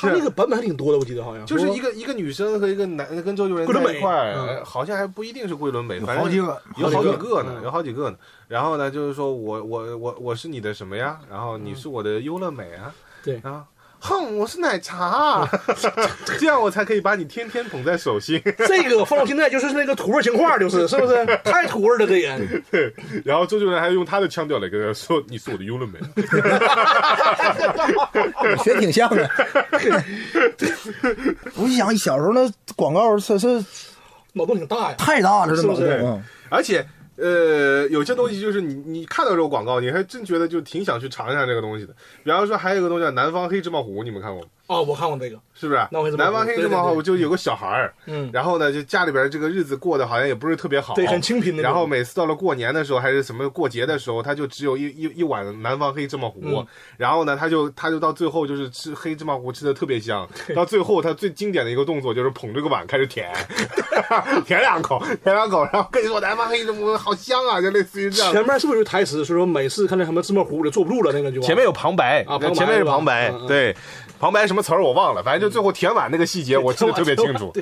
Speaker 3: 他那个版本还挺多的，我记得好像
Speaker 2: 就是一个一个女生和一个男跟周杰伦
Speaker 3: 桂纶
Speaker 2: 在
Speaker 3: 镁
Speaker 2: 一块儿，
Speaker 3: 嗯
Speaker 2: 呃好像还不一定是桂纶镁，
Speaker 1: 有
Speaker 2: 反
Speaker 1: 好
Speaker 2: 正
Speaker 1: 几个，
Speaker 2: 有好几
Speaker 3: 好几
Speaker 2: 个
Speaker 3: 个
Speaker 2: 呢，
Speaker 3: 嗯
Speaker 2: 有好几个呢。然后呢，就是说我我我我是你的什么呀？然后你是我的优乐美啊。
Speaker 3: 对
Speaker 2: 啊，哼，我是奶茶啊，这样我才可以把你天天捧在手心。
Speaker 3: 这个放到现在就是那个土味情话，就是是不是？太土味了，这也。
Speaker 2: 对，然后周杰伦还用他的腔调来跟他说：“你是我的优乐美。
Speaker 1: 学挺像 的。我就想小时候那广告，它是
Speaker 3: 脑洞挺大呀，
Speaker 1: 太大了，这
Speaker 3: 是不
Speaker 1: 脑
Speaker 3: 是
Speaker 1: 洞。嗯”
Speaker 2: 而且呃，有些东西就是你你看到这个广告，你还真觉得就挺想去尝一下这个东西的。比方说，还有一个东西叫南方黑芝麻糊，你们看过吗？
Speaker 3: 哦，我看过这个，
Speaker 2: 是不是？啊
Speaker 3: 南
Speaker 2: 南方
Speaker 3: 方黑芝麻糊
Speaker 2: 黑芝麻
Speaker 3: 对对
Speaker 2: 糊
Speaker 3: 对
Speaker 2: 就有个小孩儿，
Speaker 3: 嗯
Speaker 2: 然后呢，就家里边这个日子过得好像也不是特别好，
Speaker 3: 对，很清贫的那种。
Speaker 2: 然后每次到了过年的时候，还是什么过节的时候，他就只有一一一碗南方黑芝麻糊。
Speaker 3: 嗯
Speaker 2: 然后呢，他就他就到最后就是吃黑芝麻糊吃的特别香。到最后他最经典的一个动作就是捧着个碗开始 舔，舔两口，舔两口，然后跟你说南方黑芝麻糊好香啊，就类似于这样。
Speaker 3: 前面是不是有台词？所以说每次看那什么芝麻糊，我就坐不住了，那个就
Speaker 2: 前面有旁白呃
Speaker 3: 啊旁白
Speaker 2: 前面是
Speaker 3: 是吧
Speaker 2: 旁白，
Speaker 3: 嗯嗯
Speaker 2: 对，旁白什么词儿我忘了，反正就最后舔碗那个 细节我记得特别清楚，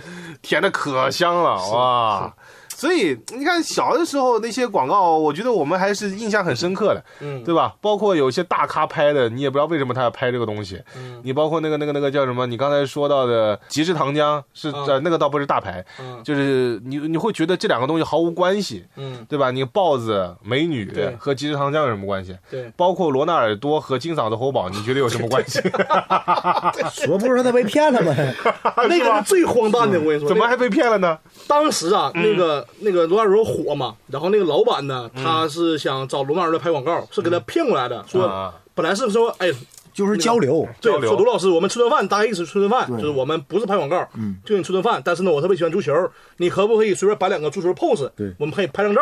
Speaker 2: 舔的可香了哇！所以你看小的时候那些广告，我觉得我们还是印象很深刻的，
Speaker 3: 嗯
Speaker 2: 对吧？包括有些大咖拍的，你也不知道为什么他要拍这个东西。你包括那个那个那个叫什么？你刚才说到的吉士糖浆是
Speaker 3: 嗯
Speaker 2: 呃那个倒不是大牌，
Speaker 3: 嗯
Speaker 2: 就是你你会觉得这两个东西毫无关系，
Speaker 3: 嗯，
Speaker 2: 对吧？你豹子美女
Speaker 3: 对
Speaker 2: 和吉士糖浆有什么关系？
Speaker 3: 对，
Speaker 2: 包括罗纳尔多和金嗓子喉宝，你觉得有什么关系？
Speaker 1: 我不是说他被骗了吗？
Speaker 3: 那个是最荒诞的，我跟你
Speaker 2: 嗯
Speaker 3: 说。
Speaker 2: 怎么还被骗了呢？
Speaker 3: 当时啊，
Speaker 1: 嗯
Speaker 3: 那个那个罗纳尔多火嘛，然后那个老板呢，他是想找罗纳尔多拍广告，
Speaker 1: 嗯
Speaker 3: 是给他骗过来的，说
Speaker 2: 啊
Speaker 3: 本来是说，哎，
Speaker 1: 就是交流，
Speaker 3: 对
Speaker 2: 交，流
Speaker 3: 说罗老师，我们吃顿饭，大家一起吃顿饭，就是我们不是拍广告，
Speaker 1: 嗯
Speaker 3: 就你吃顿饭，但是呢，我特别喜欢足球，你可不可以随便摆两个足球 pose？
Speaker 1: 对
Speaker 3: 我们可以拍张照。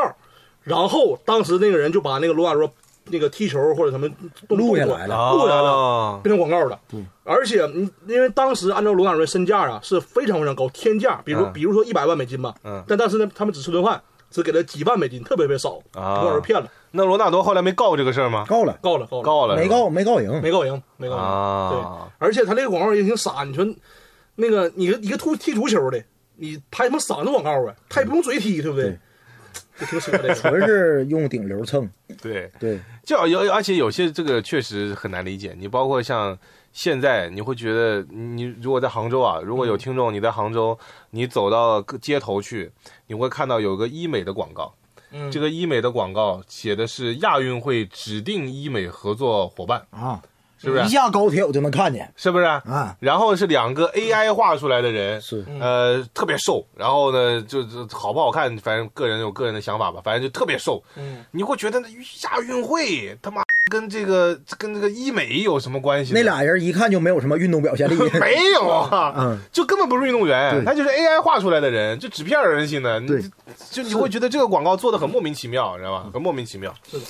Speaker 3: 然后当时那个人就把那个罗纳尔多那个踢球或者什么动
Speaker 1: 录下
Speaker 3: 动作
Speaker 1: 来了
Speaker 3: 录下来了。
Speaker 2: 哦
Speaker 3: 变成广告了。而且嗯因为当时按照罗纳尔多身价啊是非常非常高，天价，比如、
Speaker 2: 嗯
Speaker 3: 比如说一百万美金吧，
Speaker 2: 嗯
Speaker 3: 但当时呢，他们只吃顿饭，只给了几万美金，特别特别少，
Speaker 2: 啊
Speaker 3: 罗纳尔多骗了，
Speaker 2: 那罗纳多后来没告这个事儿吗？
Speaker 1: 告了，
Speaker 3: 告了告了
Speaker 2: 告了，
Speaker 1: 没告没告赢，
Speaker 3: 没告赢，没告赢，
Speaker 2: 啊
Speaker 3: 对，而且他这个广告也挺傻，你说那个你一个踢踢足球的，你拍什么嗓子广告啊？他也不用嘴踢，对不对？就挺扯的，
Speaker 1: 纯是用顶流蹭。
Speaker 2: 对，
Speaker 1: 对，
Speaker 2: 就有而且有些这个确实很难理解。你包括像现在，你会觉得你如果在杭州啊，如果有听众你在杭州，你走到各街头去，你会看到有个医美的广告。
Speaker 3: 嗯
Speaker 2: 这个医美的广告写的是亚运会指定医美合作伙伴，
Speaker 1: 啊，
Speaker 2: 是不是
Speaker 1: 一下高铁我就能看见
Speaker 2: 是不是？
Speaker 1: 啊，
Speaker 2: 然后是两个 AI 画出来的人，
Speaker 1: 是
Speaker 2: 呃特别瘦，然后呢就就好不好看，反正个人有个人的想法吧，反正就特别瘦。
Speaker 3: 嗯，
Speaker 2: 你会觉得那亚运会他妈跟这个跟这个医美有什么关系呢？
Speaker 1: 那俩人一看就没有什么运动表现力。
Speaker 2: 啊 没有啊
Speaker 1: 嗯，
Speaker 2: 就根本不是运动员，
Speaker 1: 对
Speaker 2: 他就是 AI 画出来的人，就纸片人型的，你
Speaker 1: 对
Speaker 2: 就你会觉得这个广告做的很莫名其妙，你知道吧？很莫名其妙。
Speaker 3: 是的，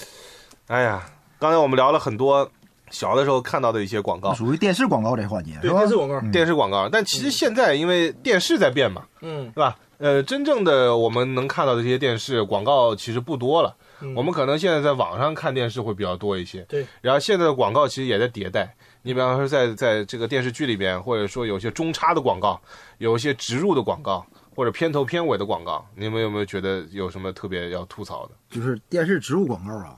Speaker 2: 哎呀，刚才我们聊了很多小的时候看到的一些广告，
Speaker 1: 属于电视广告这环节
Speaker 3: 对，电视广告，
Speaker 2: 电视广告，但其实现在因为电视在变嘛，
Speaker 3: 嗯
Speaker 2: 是吧？呃，真正的我们能看到的这些电视广告其实不多了，
Speaker 3: 嗯
Speaker 2: 我们可能现在在网上看电视会比较多一些。
Speaker 3: 对，
Speaker 2: 然后现在的广告其实也在迭代，你比方说在在这个电视剧里边，或者说有些中插的广告，有一些植入的广告，或者片头片尾的广告，你们有没有觉得有什么特别要吐槽的？
Speaker 1: 就是电视植入广告啊，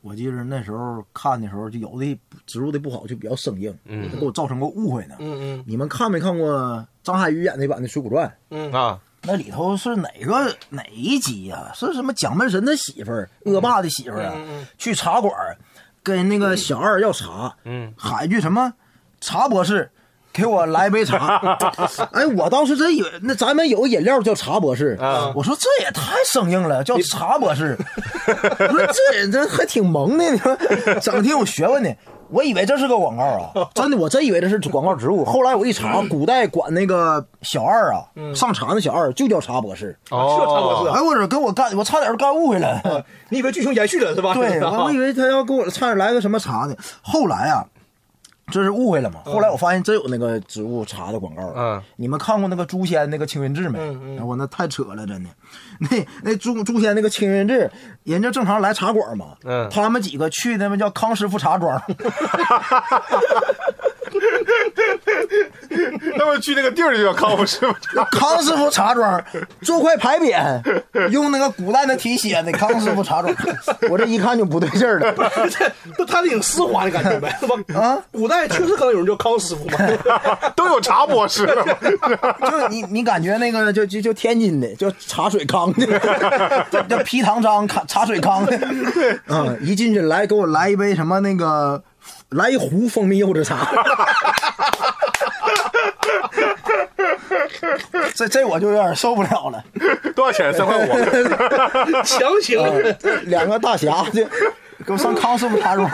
Speaker 1: 我记得那时候看的时候，就有的植入的不好，就比较生硬，
Speaker 2: 嗯
Speaker 1: 给我造成过误会呢。
Speaker 3: 嗯
Speaker 1: 你们看没看过张涵予演那版的《水浒传》？
Speaker 3: 嗯嗯，
Speaker 2: 啊，
Speaker 1: 那里头是哪个哪一集呀、是什么蒋门神的媳妇儿，恶霸的媳妇儿
Speaker 2: 嗯
Speaker 1: 啊？去茶馆儿跟那个小二要茶，
Speaker 2: 嗯，
Speaker 1: 喊一句什么“茶博士”。给我来杯 茶！哎，我当时真以为那咱们有个饮料叫茶博士，
Speaker 2: 啊
Speaker 1: 我说这也太生硬了，叫茶博士。 我说这人这还挺萌的，你说整挺有学问的。我以为这是个广告啊， 真的，我真以为这是广告植嗯入。 后来我一查，古代管那个小二啊，上茶那小二就叫茶博士。
Speaker 3: 这差不多
Speaker 2: 哦，
Speaker 3: 是
Speaker 1: 哎，我这跟我干，我差点干误会了。
Speaker 3: 你以为剧情延续了是吧？ 啊
Speaker 1: 对，我我以为他要给我差点来个什么茶呢。后来啊，这是误会了嘛。后来我发现真有那个植物茶的广告。啊
Speaker 2: 嗯，
Speaker 1: 你们看过那个诛仙那个青云志没？哎我那太扯了，真的。 那那诛诛仙那个青云志，人家正常来茶馆嘛。
Speaker 2: 嗯
Speaker 1: 他们几个去他们叫康师傅茶庄。
Speaker 2: 那么去那个地儿就叫康复师傅茶
Speaker 1: 康师傅茶庄做块牌匾，用那个古代的题写的康师傅茶庄，我这一看就不对劲儿了。
Speaker 3: 这 这他挺丝滑的感觉呗，是吧？
Speaker 1: 啊，
Speaker 3: 古代确实可能有人叫康师傅 嘛，
Speaker 2: 都有茶博士了 嘛。
Speaker 1: 就是你你感觉那个就就就天津的，就茶水康的， 叫叫皮糖张茶茶水康的。对，嗯，一进去来给我来一杯什么那个，来一壶蜂蜜柚子茶。这这我就有点受不了了。
Speaker 2: 多少钱？三块五。
Speaker 3: 强行
Speaker 1: 啊两个大侠就给我上康师傅茶庄。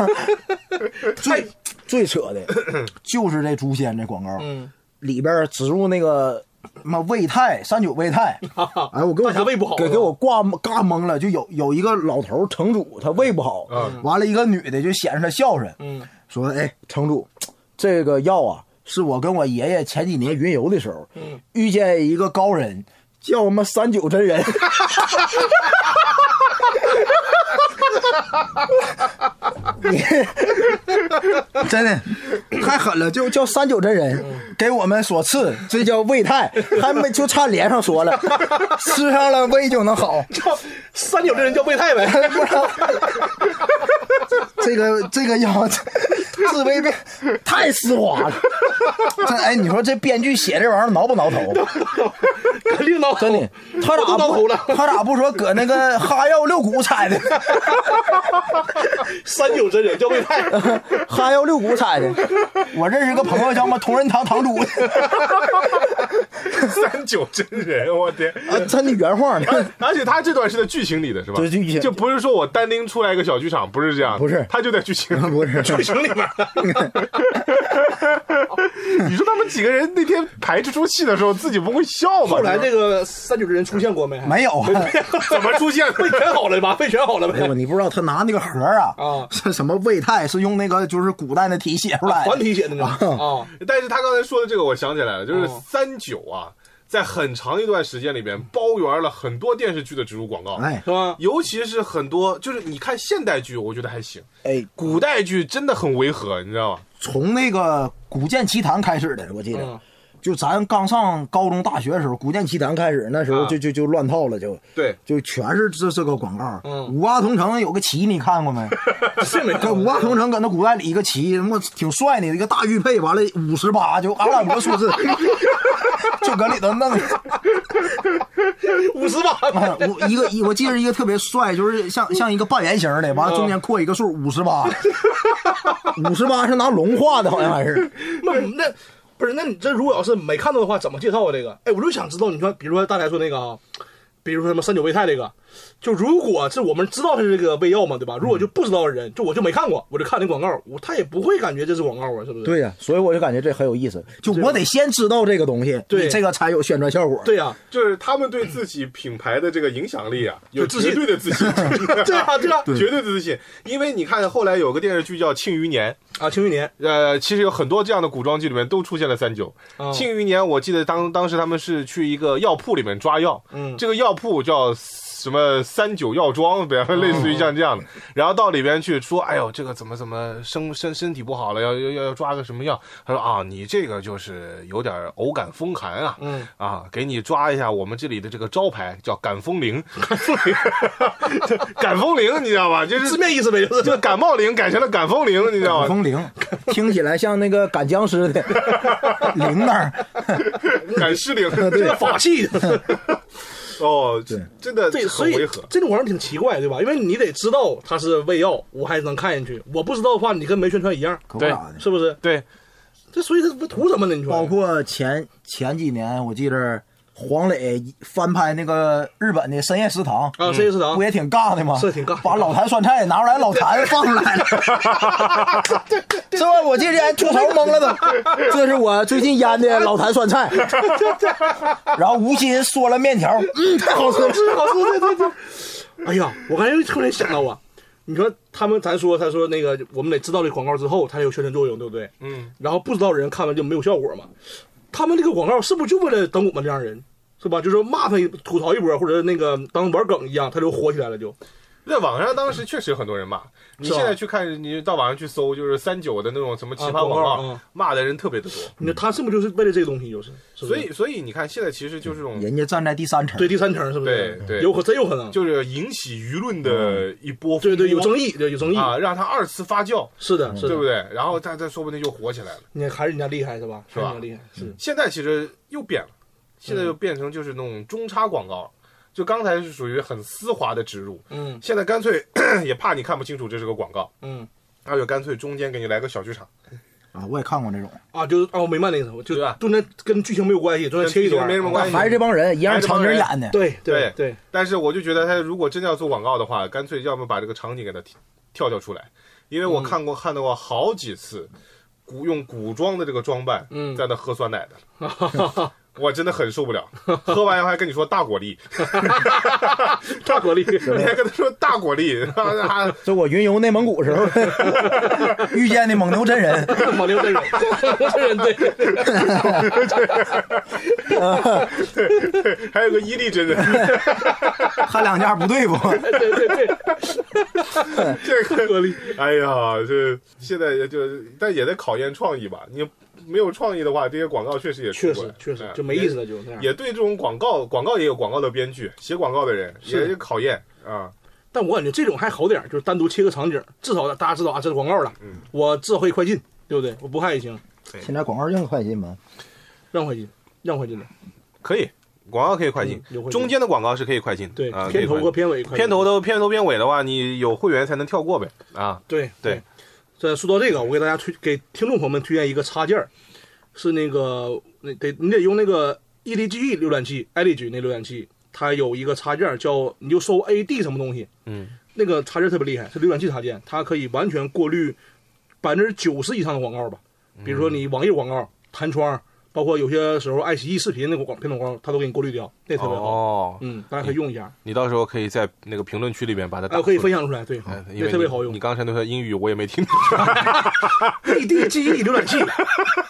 Speaker 1: 最最扯 的就是这诛仙这广告，
Speaker 3: 嗯
Speaker 1: 里边植入那个他妈胃泰三九胃泰，哎，我给我
Speaker 3: 啊大侠胃不好
Speaker 1: 给
Speaker 3: 是吧
Speaker 1: 给我挂嘎懵了，就有有一个老头儿城主他胃不好，
Speaker 3: 嗯
Speaker 1: 完了一个女的就显示他孝顺，说哎城主，这个药啊是我跟我爷爷前几年云游的时候，
Speaker 3: 嗯
Speaker 1: 遇见一个高人叫我们三九真 人。 你 真的太狠了，就叫三九真人
Speaker 3: 嗯
Speaker 1: 给我们所赐，这叫胃泰，还没就差连上说了， 吃上了胃就能好。
Speaker 3: 叫三九这人叫备胎呗，
Speaker 1: 这个这个药治胃病太丝滑了，这哎，你说这编剧写这玩意儿挠不挠头？
Speaker 3: 肯定挠头
Speaker 1: 真的，他
Speaker 3: 我
Speaker 1: 咋
Speaker 3: 都挠头
Speaker 1: 不
Speaker 3: 了。
Speaker 1: 他咋不说搁那个哈药六谷采的？
Speaker 3: 三九真人叫备胎，
Speaker 1: 哈药六谷采的，我认识个朋友叫什么同仁堂堂主，
Speaker 3: 啊
Speaker 2: 三九真人，我天！
Speaker 1: 啊真的原话呢。
Speaker 2: 而而且他这段是在剧情里的是吧？
Speaker 1: 对剧情
Speaker 2: 就不是说我单拎出来一个小剧场，不是这样，
Speaker 1: 不是
Speaker 2: 他就在剧情 里。
Speaker 1: 不是，
Speaker 3: 剧情里面。
Speaker 2: 你说他们几个人那天排这出戏的时候，自己不会笑吗？
Speaker 3: 后来这个三九真人出现过没？
Speaker 1: 没有啊。
Speaker 2: 怎么出现的？
Speaker 3: 备全好了吧？备全好了
Speaker 1: 哎呦，
Speaker 3: 呗？
Speaker 1: 你不知道他拿那个盒儿啊，
Speaker 3: 啊
Speaker 1: 是什么胃泰是用那个就是古代的题写出来的，
Speaker 3: 团体写的呢啊，
Speaker 2: 但是他刚才说的这个，我想起来了，就是
Speaker 3: 哦
Speaker 2: 三九啊，在很长一段时间里边包圆了很多电视剧的植入广告，
Speaker 1: 哎
Speaker 3: 是吧？
Speaker 2: 尤其是很多就是你看现代剧，我觉得还行，
Speaker 1: 哎，
Speaker 2: 古代剧真的很违和，你知道吗？
Speaker 1: 从那个《古剑奇谭》开始的，我记得，
Speaker 3: 嗯
Speaker 1: 就咱刚上高中、大学的时候，《古剑奇谭》开始，那时候
Speaker 3: 啊
Speaker 1: 就、就就乱套了，就
Speaker 2: 对
Speaker 1: 就全是这这个广告。
Speaker 3: 嗯
Speaker 1: 五八同城有个旗，你看过没？
Speaker 3: 是没
Speaker 1: 搁五八同城搁那古代里一个旗，他妈挺帅的，一个大玉佩，完了五十八，就阿拉伯数 字，就搁里头弄。
Speaker 3: 五十八，
Speaker 1: 啊我一个一，我记得一个特别帅，就是像像一个半圆形的，完了中间扩一个数五十八，五十八是拿龙画的，好像还是。
Speaker 3: 那那不是？那你这如果要是没看到的话，怎么介绍啊？这个？哎，我就想知道，你说，比如说大才说那个啊，比如说什么三九胃泰这个，就如果是我们知道它是这个胃药嘛，对吧？如果就不知道的人，就我就没看过，我就看那广告，我他也不会感觉这是广告啊，是不 是？
Speaker 1: 对呀、所以我就感觉这很有意思，就我得先知道这个东西，
Speaker 3: 对
Speaker 1: 你这个才有宣传效果。
Speaker 3: 对呀、
Speaker 2: 就是他们对自己品牌的这个影响力啊，有
Speaker 3: 嗯自
Speaker 2: 绝
Speaker 3: 信
Speaker 2: 对的自信，
Speaker 3: 对啊对啊
Speaker 2: 绝对的自信。因为你看后来有个电视剧叫《庆余年》，
Speaker 3: 啊，庆余年
Speaker 2: 呃，其实有很多这样的古装剧里面都出现了三九。
Speaker 3: 哦
Speaker 2: 庆余年》我记得当当时他们是去一个药铺里面抓药，
Speaker 3: 嗯
Speaker 2: 这个药铺叫什么三九药庄，比方说类似于像这
Speaker 3: 嗯
Speaker 2: 样的，然后到里边去说，哎呦，这个怎么怎么身身身体不好了，要要要要抓个什么药？他说啊，你这个就是有点偶感风寒啊，
Speaker 3: 嗯
Speaker 2: 啊，给你抓一下我们这里的这个招牌叫感风 铃，感风铃，感风铃，你知道吧？就是
Speaker 3: 字面意思呗，就是
Speaker 2: 就感冒铃改成了感风铃，你知道
Speaker 1: 感
Speaker 2: 吗？
Speaker 1: 风 铃，听起来像那个赶僵尸 的铃铛儿。
Speaker 2: 赶尸灵，
Speaker 3: 这个法器。
Speaker 2: 哦，真的
Speaker 3: 对，所
Speaker 2: 很违
Speaker 3: 以
Speaker 2: 和。
Speaker 3: 这种玩意儿挺奇怪，对吧？因为你得知道它是胃药，我还能看进去。我不知道的话，你跟没宣传一样，
Speaker 1: 可不
Speaker 2: 对
Speaker 1: 咋的。
Speaker 3: 是不是？
Speaker 2: 对，
Speaker 3: 这所以它不图什么呢？你说？
Speaker 1: 包括前前几年，我记着黄磊翻拍那个日本的《深夜食堂》
Speaker 3: 啊，深夜食堂
Speaker 1: 不也挺尬的吗？
Speaker 3: 是挺尬
Speaker 1: 把老坛酸菜拿出来，老 坛放出来了，是吧？我这人吐槽懵了都。这是我最近腌的老坛酸 菜，然后无心嗦了面条，嗯，太好吃了。
Speaker 3: 是 好吃，对对对。哎呀，我刚才又突然想到啊，你说他们咱说他说那个，我们得知道这广告之后，它有宣传作用，对不对？
Speaker 2: 嗯，
Speaker 3: 然后不知道的人看完就没有效果嘛。他们这个广告是不是就为了等我们这样人，是吧？就是骂他一吐槽一波，或者那个当玩梗一样，他就火起来了就。
Speaker 2: 在网上当时确实有很多人骂。你
Speaker 3: 是啊吧
Speaker 2: 现在去看，你到网上去搜，就是三九的那种什么奇葩
Speaker 3: 啊广
Speaker 2: 广
Speaker 3: 告
Speaker 2: 告
Speaker 3: 嗯，
Speaker 2: 骂的人特别的多。
Speaker 3: 你说他是不是就是为了这个东西，就是？是
Speaker 2: 嗯
Speaker 3: 不是
Speaker 2: 所以，所以你看，现在其实就是这种，
Speaker 1: 人家站在第三层
Speaker 3: 对，第三层是不是？
Speaker 2: 对对
Speaker 3: 有可真有可能，
Speaker 2: 就是引起舆论的一波
Speaker 3: 嗯对对有
Speaker 2: 风
Speaker 3: 争议，对有争议
Speaker 2: 波，啊，让它二次发酵，
Speaker 3: 是的，是
Speaker 2: 对不
Speaker 3: 的，
Speaker 2: 对？然后它它说不定就火起来了。
Speaker 3: 你还是人家厉害是吧？
Speaker 2: 是吧嗯
Speaker 3: 还人家厉害是。
Speaker 2: 现在其实又变了，现在又变成就是那种中插广告，就刚才是属于很丝滑的植入，
Speaker 3: 嗯
Speaker 2: 现在干 脆也怕你看不清楚这是个广告，
Speaker 3: 嗯，
Speaker 2: 那就干脆中间给你来个小剧场，
Speaker 1: 啊，我也看过这种，
Speaker 3: 啊，就是啊，我明白那个，我就
Speaker 2: 对吧
Speaker 3: 中间跟剧情没有关系，中间切一段，
Speaker 2: 没什么关系。
Speaker 1: 反正这帮人一样场景演的，
Speaker 3: 对
Speaker 2: 对
Speaker 3: 对，
Speaker 2: 但是我就觉得他如果真的要做广告的话，干脆要么把这个场景给他跳跳跳出来，因
Speaker 3: 嗯
Speaker 2: 为我看过、看到过好几次古用古装的这个装扮，
Speaker 3: 嗯
Speaker 2: 在那喝酸奶的。
Speaker 3: 对
Speaker 2: 我真的很受不了，喝完以后还跟你说大果粒，
Speaker 3: 大火力，
Speaker 2: 你还跟他说大果粒，啊
Speaker 5: 这我云游内蒙古时 候遇见的蒙牛真人，
Speaker 3: 蒙牛真人，蒙牛真人对，
Speaker 2: 对，还有个伊利真人，
Speaker 1: 焊两下不 对不？
Speaker 3: 对对对，
Speaker 2: 这个
Speaker 3: 合力，
Speaker 2: 哎呀，这现在也就，但也得考验创意吧。你没有创意的话，这些广告确实也出
Speaker 3: 确
Speaker 2: 不来
Speaker 3: 实确实
Speaker 2: 哎
Speaker 3: 就没意思了，就那样。
Speaker 2: 也。也对这种广告，广告也有广告的编剧，写广告的人也
Speaker 3: 是
Speaker 2: 有考验啊。
Speaker 3: 但我感觉这种还好点儿，就是单独切个场景，至少大家知道啊，这是广告了，我至少可以快进，对不对？我不看也行，
Speaker 1: 现在广告硬快进吗？
Speaker 3: 让快进，让快进的，
Speaker 2: 可以，广告可以快进
Speaker 3: 嗯有会，进
Speaker 2: 中间的广告是可以快进的，
Speaker 3: 对
Speaker 2: 啊，，
Speaker 3: 片头
Speaker 2: 可以快
Speaker 3: 和片尾快进，
Speaker 2: 片头的片头片尾的话，你有会员才能跳过呗啊。
Speaker 3: 对
Speaker 2: 对。
Speaker 3: 这说到这个，我给大家推给听众朋友们推荐一个插件儿，是那个那得你得用那个 E EDGE 浏览器，EDGE 那浏览器，它有一个插件儿叫你就搜 AD 什么东西，
Speaker 2: 嗯，
Speaker 3: 那个插件儿特别厉害，它浏览器插件，它可以完全过滤百分之九十以上的广告吧，比
Speaker 2: 嗯
Speaker 3: 如说你网页广告、弹窗，包括有些时候爱奇艺视频那个广片头广告，它都给你过滤掉，那特别好。
Speaker 2: 哦，
Speaker 3: 嗯，大家可以用一下，
Speaker 2: 你到时候可以在那个评论区里面把它
Speaker 3: 哎，
Speaker 2: 打
Speaker 3: 我可以
Speaker 2: 出
Speaker 3: 分
Speaker 2: 来。
Speaker 3: 享出来，对，
Speaker 2: 哎因为
Speaker 3: 那特别好用
Speaker 2: 你。刚才那段英语我也没听懂。
Speaker 3: 异地记忆浏览器，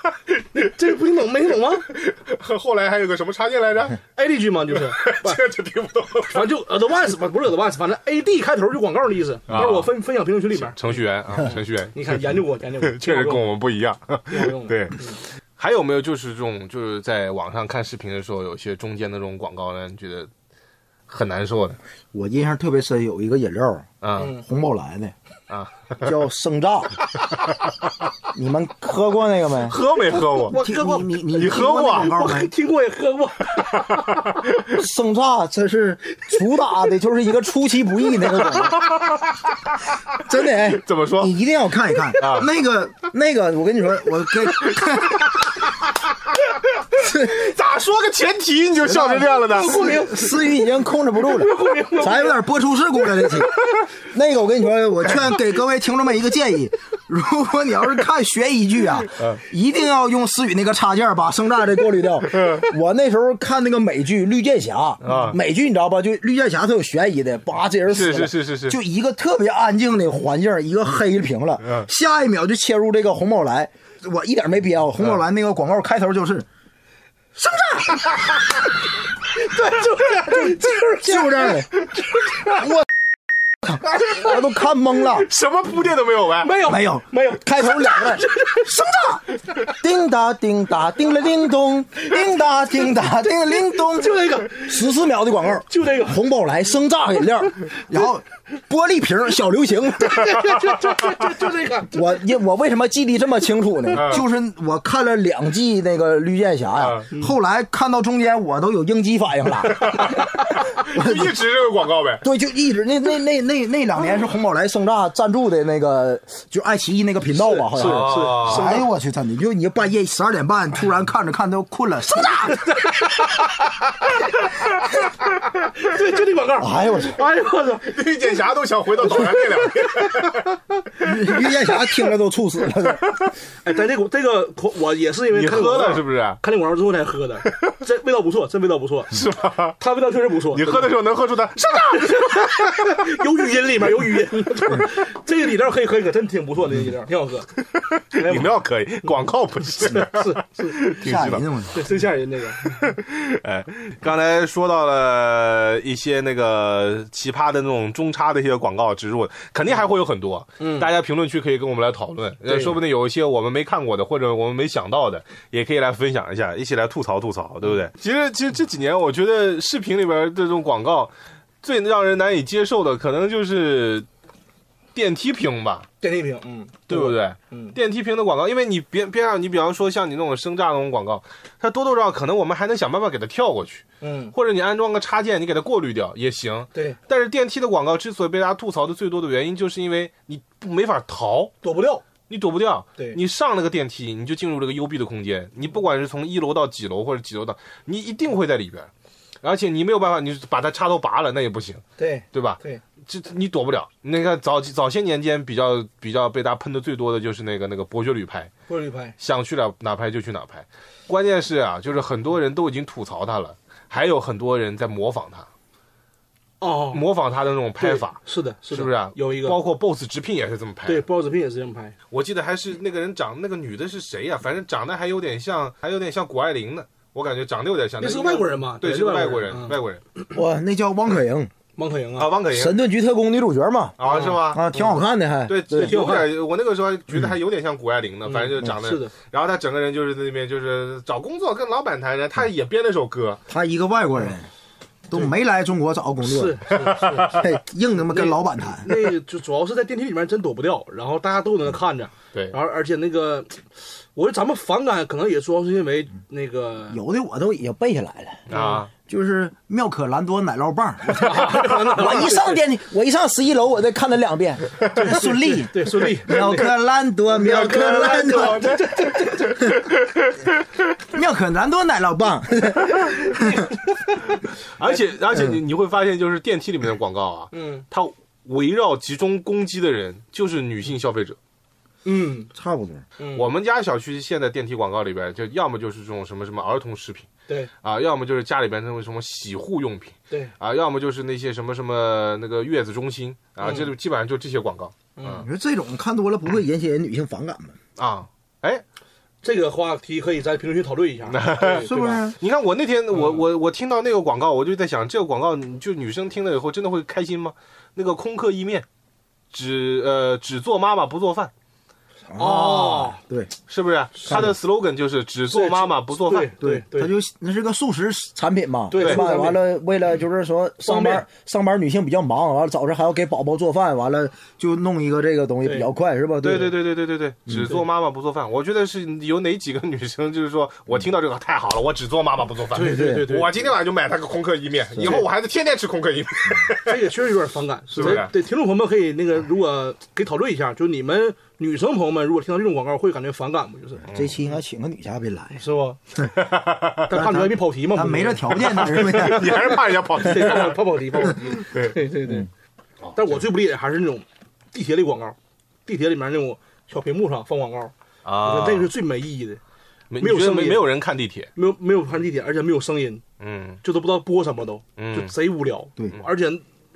Speaker 3: 那这不听懂没听懂吗
Speaker 2: 后来还有个什么插件来 着？
Speaker 3: ？ADG 嘛，就是，不
Speaker 2: 这这听不懂。
Speaker 3: 反正就 Advance 吧，不是 Advance，反正 AD 开头就广告的意思。
Speaker 2: 啊
Speaker 3: 到时候我分分享评论区里面，
Speaker 2: 程序员啊，程序 员，
Speaker 3: 你看研究过研究过，
Speaker 2: 确实跟
Speaker 3: 挺好用
Speaker 2: 我们不一 样。
Speaker 3: 挺好用的。
Speaker 2: 对，还有没有就是这种就是在网上看视频的时候，有些中间的这种广告呢，你觉得很难受的
Speaker 1: 我印象特别深，有一个饮料，
Speaker 2: 啊
Speaker 1: 红宝来的，
Speaker 2: 啊，
Speaker 1: 叫生 榨，你们喝过那个没？
Speaker 2: 喝没喝过？
Speaker 3: 我喝过，
Speaker 1: 你你
Speaker 2: 你
Speaker 1: 你
Speaker 2: 喝过啊
Speaker 1: 听那广
Speaker 3: 我
Speaker 1: 告没？
Speaker 3: 听过也喝 过，
Speaker 1: 生榨这是主打的就是一个出其不意那个广告， 真的哎，
Speaker 2: 怎么说
Speaker 1: 你一定要看一看
Speaker 2: 啊
Speaker 1: 那个那个，我跟你说，我跟
Speaker 2: 咋说个前提你就笑成这 样了呢？
Speaker 1: 思雨已经控制不住了，咱有点播出事故了这期。 那个，我跟你说，我劝给各位听众们一个建议：如果你要是看悬疑剧啊，一定要用思雨那个插件把声炸这过滤掉。我那时候看那个美剧《绿箭侠》
Speaker 2: 啊
Speaker 1: 美剧你知道吧？就绿箭侠它有悬疑的，叭这人死了，
Speaker 2: 是是是是是
Speaker 1: 就一个特别安静的环境，一个黑屏了，
Speaker 2: 嗯
Speaker 1: 下一秒就切入这个红宝来，我一点没憋啊，红宝来那个广告开头就是。生炸！
Speaker 3: 对，就是就
Speaker 1: 就
Speaker 3: 是
Speaker 1: 是这样的，我操我都 看懵了。
Speaker 2: 什么铺垫都没有呗？
Speaker 3: 没有
Speaker 1: 没有
Speaker 3: 没有，
Speaker 1: 开头两 个人，生炸，叮哒叮哒叮了叮咚，叮哒叮哒叮了叮咚，
Speaker 3: 就那个
Speaker 1: 十四秒的广告，
Speaker 3: 就这个
Speaker 1: 红宝来生炸饮 料，然后玻璃瓶小流行。
Speaker 3: 就就就就就这个，
Speaker 1: 我因我为什么记得这么清楚呢？
Speaker 2: 嗯
Speaker 1: 就是我看了两季那个绿箭侠呀，
Speaker 3: 嗯
Speaker 1: 后来看到中间我都有应激反应 了。
Speaker 2: 就一直这个广告呗。
Speaker 1: 对，就一直那那那那那两年是红宝来生炸赞助的那个，就爱奇艺那个频道吧，好像
Speaker 2: 是哦
Speaker 3: 是
Speaker 1: 哎呦我去，真的，就你半夜十二点半，突然看着看着都困了，生炸！
Speaker 3: 是，对，就这广告。
Speaker 1: 哎呦我去，
Speaker 3: 哎呦我操！
Speaker 2: 绿箭侠都想回到早上那两天。
Speaker 1: 于剑侠听着都猝死了。
Speaker 3: 哎，但这个这个口我也是因为
Speaker 2: 你
Speaker 3: 看这个
Speaker 2: 喝
Speaker 3: 广
Speaker 2: 了
Speaker 3: 告
Speaker 2: 是不啊是
Speaker 3: 看这广告之后才喝的，这味道不错，真味 道不错，
Speaker 2: 是吧？
Speaker 3: 它味道确实不错。
Speaker 2: 你喝的时候能喝出它是的，
Speaker 3: 有语音里面有语音，这个饮料可以喝一喝，真挺不错的，这饮料挺好喝。哎
Speaker 2: 饮料可以，广告不行。
Speaker 3: 是是，
Speaker 2: 挺
Speaker 1: 吓
Speaker 2: 激动
Speaker 1: 人，啊我操！
Speaker 3: 对，真吓人那个。
Speaker 2: 哎， 刚才说到了一些那个奇葩的那种中插的一些广告植入，肯定还会有很多。嗯，大家评论区可以跟我们来讨论，呃
Speaker 3: 对
Speaker 2: 说不定有一些我们没看过的，或者我们没想到的，也可以来分享一下，一起来吐槽吐槽，对不对？其实，其实这几年我觉得视频里边这种广告最让人难以接受的，可能就是电梯屏吧。
Speaker 3: 电梯瓶，嗯，
Speaker 2: 对不？对？
Speaker 3: 嗯
Speaker 2: 电梯屏的广告，因为你别别让你比方说像你那种生炸那种广告，它多多少少可能我们还能想办法给它跳过去，
Speaker 3: 嗯，
Speaker 2: 或者你安装个插件，你给它过滤掉也行。
Speaker 3: 对，
Speaker 2: 但是电梯的广告之所以被大家吐槽的最多的原因，就是因为你不没法逃，
Speaker 3: 躲不掉，
Speaker 2: 你躲不掉。
Speaker 3: 对
Speaker 2: 你上了个电梯，你就进入了个幽闭的空间，你不管是从一楼到几楼或者几楼到，你一定会在里边，而且你没有办法，你把它插头拔了那也不行，
Speaker 1: 对
Speaker 2: 对吧？
Speaker 1: 对，
Speaker 2: 这你躲不了。那个早早些年间比较比较被大家喷的最多的就是那个那个伯爵旅拍，
Speaker 1: 玻璃拍，
Speaker 2: 想去哪哪拍就去哪拍。关键是啊，就是很多人都已经吐槽他了，还有很多人在模仿他，
Speaker 3: 哦，
Speaker 2: 模仿他的那种拍法，
Speaker 3: 对是的，是
Speaker 2: 是
Speaker 3: 的
Speaker 2: 不是啊？
Speaker 3: 有一个
Speaker 2: 包括 BOSS 直聘也是这么拍。
Speaker 3: 对，，包子片也是这样拍，
Speaker 2: 我记得还是那个人长，那个女的是谁呀、反正长得还有点像，还有点像谷爱凌呢。我感觉长得有点像。
Speaker 3: 那是
Speaker 2: 但
Speaker 3: 个
Speaker 2: 应该
Speaker 3: 外国人嗯嘛？
Speaker 2: 对，
Speaker 3: 是
Speaker 2: 是个外
Speaker 3: 国
Speaker 2: 国人，外国人
Speaker 1: 哇，那叫汪可盈，
Speaker 3: 孟可盈啊
Speaker 2: 啊，，汪可
Speaker 1: 《
Speaker 2: 盈
Speaker 1: 神盾局特工》女主角嘛，
Speaker 2: 啊，是吗？
Speaker 1: 啊，挺好看的还。
Speaker 2: 对，嗯这
Speaker 3: 挺
Speaker 2: 有
Speaker 3: 好看
Speaker 2: 点，我那个时候觉得还有点像谷爱凌呢，反正就长得
Speaker 3: 是的，
Speaker 2: 然后他整个人就是在那边就是找工作，跟老板谈，然后他也编了首歌，
Speaker 1: 他一个外国人，都没来中国找工
Speaker 3: 是
Speaker 1: 作
Speaker 3: 是，是，
Speaker 1: 嘿硬他妈跟老板谈。
Speaker 3: 那个就主要是在电梯里面真躲不掉，然后大家都能看着，
Speaker 2: 对
Speaker 3: 然后而且那个，我说咱们反感，可能也主要是因为那个
Speaker 2: 嗯
Speaker 1: 有的我都已经背下来了，
Speaker 2: 啊，
Speaker 1: 就是妙可蓝多奶酪棒。 我一上电梯，我一上十一楼，我再看了两遍，孙 俪。
Speaker 3: 对 孙俪，
Speaker 1: 妙可蓝多，妙可蓝多，妙可蓝多奶酪棒，
Speaker 2: 而且而且你你会发现，就是电梯里面的广告啊，
Speaker 3: 嗯
Speaker 2: 它围绕集中攻击的人就是女性消费者。
Speaker 3: 嗯，
Speaker 1: 差不多。
Speaker 3: 嗯
Speaker 2: 我们家小区现在电梯广告里边，就要么就是这种什么什么儿童食品
Speaker 3: 对
Speaker 2: 啊，要么就是家里边那种什么洗护用品
Speaker 3: 对，
Speaker 2: 啊，要么就是那些什么什么那个月子中心
Speaker 3: 嗯
Speaker 2: 啊，这就基本上就这些广告
Speaker 1: 你说这种看多了不会引起人女性反感吗？
Speaker 2: 啊。
Speaker 3: 嗯
Speaker 2: 哎，
Speaker 3: 这个话题可以在评论区讨论 一下，对
Speaker 1: 是不？
Speaker 3: 对吧
Speaker 1: 是？
Speaker 2: 你看我那天我
Speaker 3: 嗯
Speaker 2: 我我听到那个广告，我就在想，这个广告你就女生听了以后真的会开心吗？那个空客意面，只呃只做妈妈不做饭，
Speaker 3: 哦，
Speaker 1: 对
Speaker 2: 是不是？它的 slogan 就是只做妈妈不做
Speaker 3: 对
Speaker 2: 饭。
Speaker 3: 对对
Speaker 1: 它，就那是个速食产品嘛，
Speaker 3: 对
Speaker 1: 是吧？
Speaker 3: 速食产品
Speaker 1: 完了，为了就是说上
Speaker 3: 方
Speaker 1: 班
Speaker 3: 便
Speaker 1: 上班女性比较忙，完了早上还要给宝宝做饭，完了就弄一个这个东西
Speaker 3: 对
Speaker 1: 比较快，是吧？
Speaker 2: 对对
Speaker 1: 对
Speaker 2: 对对对对对，只做妈妈不做饭。我觉得是有哪几个女生就是说我听到这个太好了，我只做妈妈不做饭。
Speaker 3: 对对对对
Speaker 2: 我今天晚上就买她个空客意面，以后我孩子天天吃空客意面。
Speaker 3: 这个确实有点反感，是
Speaker 2: 不是
Speaker 3: 对，听众朋友们可以那个，如果可以讨论一下，就是你们女生朋友们如果听到这种广告会感觉反感不？就是
Speaker 1: 这期应该请个女嘉宾来，
Speaker 3: 是不？ 但怕你还没跑 题嘛，
Speaker 1: 咱
Speaker 3: 不是
Speaker 1: 没这条件呢，是不是？
Speaker 2: 你还是怕人家跑题
Speaker 3: 对， 怕跑跑题，跑跑题。对对对
Speaker 2: 嗯
Speaker 3: 对。但我最不理解还是那种地铁里广告，地铁里面那种小屏幕上放广告，我
Speaker 2: 啊
Speaker 3: 觉得那个是最没意义的，
Speaker 2: 没
Speaker 3: 没有
Speaker 2: 你觉得
Speaker 3: 声
Speaker 2: 没
Speaker 3: 音
Speaker 2: 没有人看地铁。
Speaker 3: 没有没有看地铁，而且没有声音，
Speaker 2: 嗯
Speaker 3: 就都不知道播什么都，就
Speaker 2: 嗯，
Speaker 3: 贼无聊。
Speaker 1: 对
Speaker 3: 而且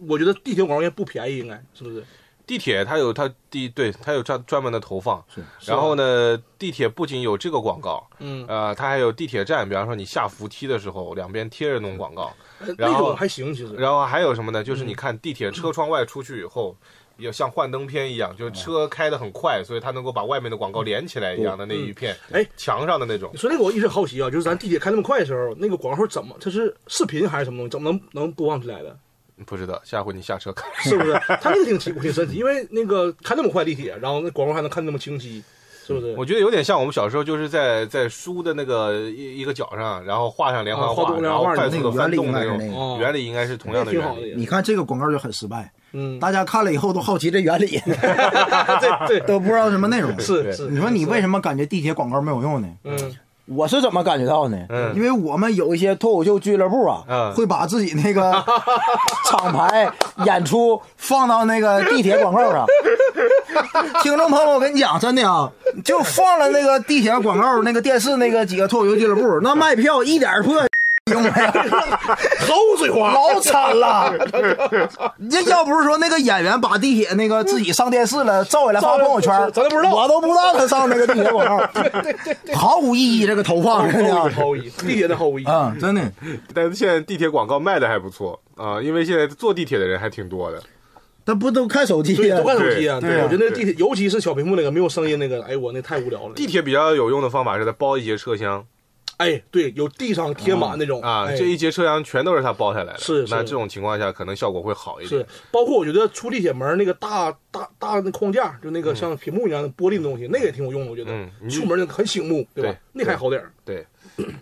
Speaker 3: 我觉得地铁广告应该不便宜，应该是不是？
Speaker 2: 地铁它有它地对它有专专门的投放。然后呢，地铁不仅有这个广告，
Speaker 3: 嗯，
Speaker 2: 呃，它还有地铁站，比方说你下扶梯的时候，两边贴着那种广告。然
Speaker 3: 那
Speaker 2: 后
Speaker 3: 种还行，其实。
Speaker 2: 然后还有什么呢？就是你看地铁车窗外出去以后，也像幻灯片一样，就是车开得很快，所以它能够把外面的广告连起来一样的那一片，
Speaker 3: 哎
Speaker 2: 墙上的那种
Speaker 3: 你。说那个我一直好奇啊，就是咱地铁开那么快的时候，那个广告怎么它是视频还是什么东西，怎么能能播放起来的？
Speaker 2: 不知道，下回你下车看。
Speaker 3: 是不是？他那个挺奇，挺神奇，因为那个开那么快地铁，然后那广告还能看那么清晰，是不 是？
Speaker 2: 我觉得有点像我们小时候，就是在在书的那个一一个角上，然后画上连环
Speaker 3: 啊
Speaker 2: 画，
Speaker 3: 画
Speaker 2: 然
Speaker 3: 动连环
Speaker 2: 后
Speaker 3: 画
Speaker 2: 快
Speaker 3: 那
Speaker 2: 速
Speaker 1: 个
Speaker 2: 的翻
Speaker 1: 原理
Speaker 2: 动
Speaker 1: 应该
Speaker 2: 那
Speaker 1: 是
Speaker 2: 种
Speaker 1: 那个
Speaker 3: 哦
Speaker 2: 原理，应该是同
Speaker 3: 那
Speaker 2: 样的
Speaker 3: 挺好
Speaker 2: 原
Speaker 3: 的
Speaker 2: 理。
Speaker 3: 也，
Speaker 1: 你看这个广告就很失败，
Speaker 3: 嗯，
Speaker 1: 大家看了以后都好奇这原理，
Speaker 3: 对对，
Speaker 1: 都不知道什么内容。
Speaker 3: 是是，
Speaker 1: 你说你为什么感觉地铁广告没有用呢？
Speaker 3: 嗯，
Speaker 1: 我是怎么感觉到呢？
Speaker 2: 嗯
Speaker 1: 因为我们有一些脱口秀俱乐部啊，
Speaker 2: 嗯
Speaker 1: 会把自己那个厂牌演出放到那个地铁广告上。听众朋友们，我跟你讲，真的啊，就放了那个地铁广告，那个电视那个几个脱口秀俱乐部，那卖票一点破用没有，
Speaker 3: 毫无 水花，
Speaker 1: 老惨 了。这要不是说那个演员把地铁那个自己上电视了，照下来发朋友圈，
Speaker 3: 咱都不知道
Speaker 1: 我都不知道他上那个地铁广 告，毫无意义这个投放，真的
Speaker 3: 毫
Speaker 1: 啊
Speaker 3: 无毫无意义，地铁的毫无意义。
Speaker 1: 啊，真的。
Speaker 2: 但是现在地铁广告卖的还不错啊、因为现在坐地铁的人还挺多的。
Speaker 1: 他不都看手机
Speaker 3: 对，
Speaker 1: 啊
Speaker 3: 都看手机啊！
Speaker 1: 对啊
Speaker 3: 我觉得那个地铁，尤其是小屏幕那个没有声音那个，哎，我那太无聊了。
Speaker 2: 地铁比较有用的方法是它包一节车厢
Speaker 3: 哎，对，有地上贴满那种
Speaker 2: 啊，
Speaker 3: 哎
Speaker 2: 这一节车厢全都是它包下来的。
Speaker 3: 是是
Speaker 2: 那这种情况下可能效果会好一点
Speaker 3: 是。包括我觉得出地铁门那个大大大那框架，就那个像屏幕一样的玻璃的东西，那个也挺有用的，我觉得
Speaker 2: 嗯你
Speaker 3: 出门那个很醒目，对吧
Speaker 2: 对？
Speaker 3: 那还好点儿。
Speaker 2: 对，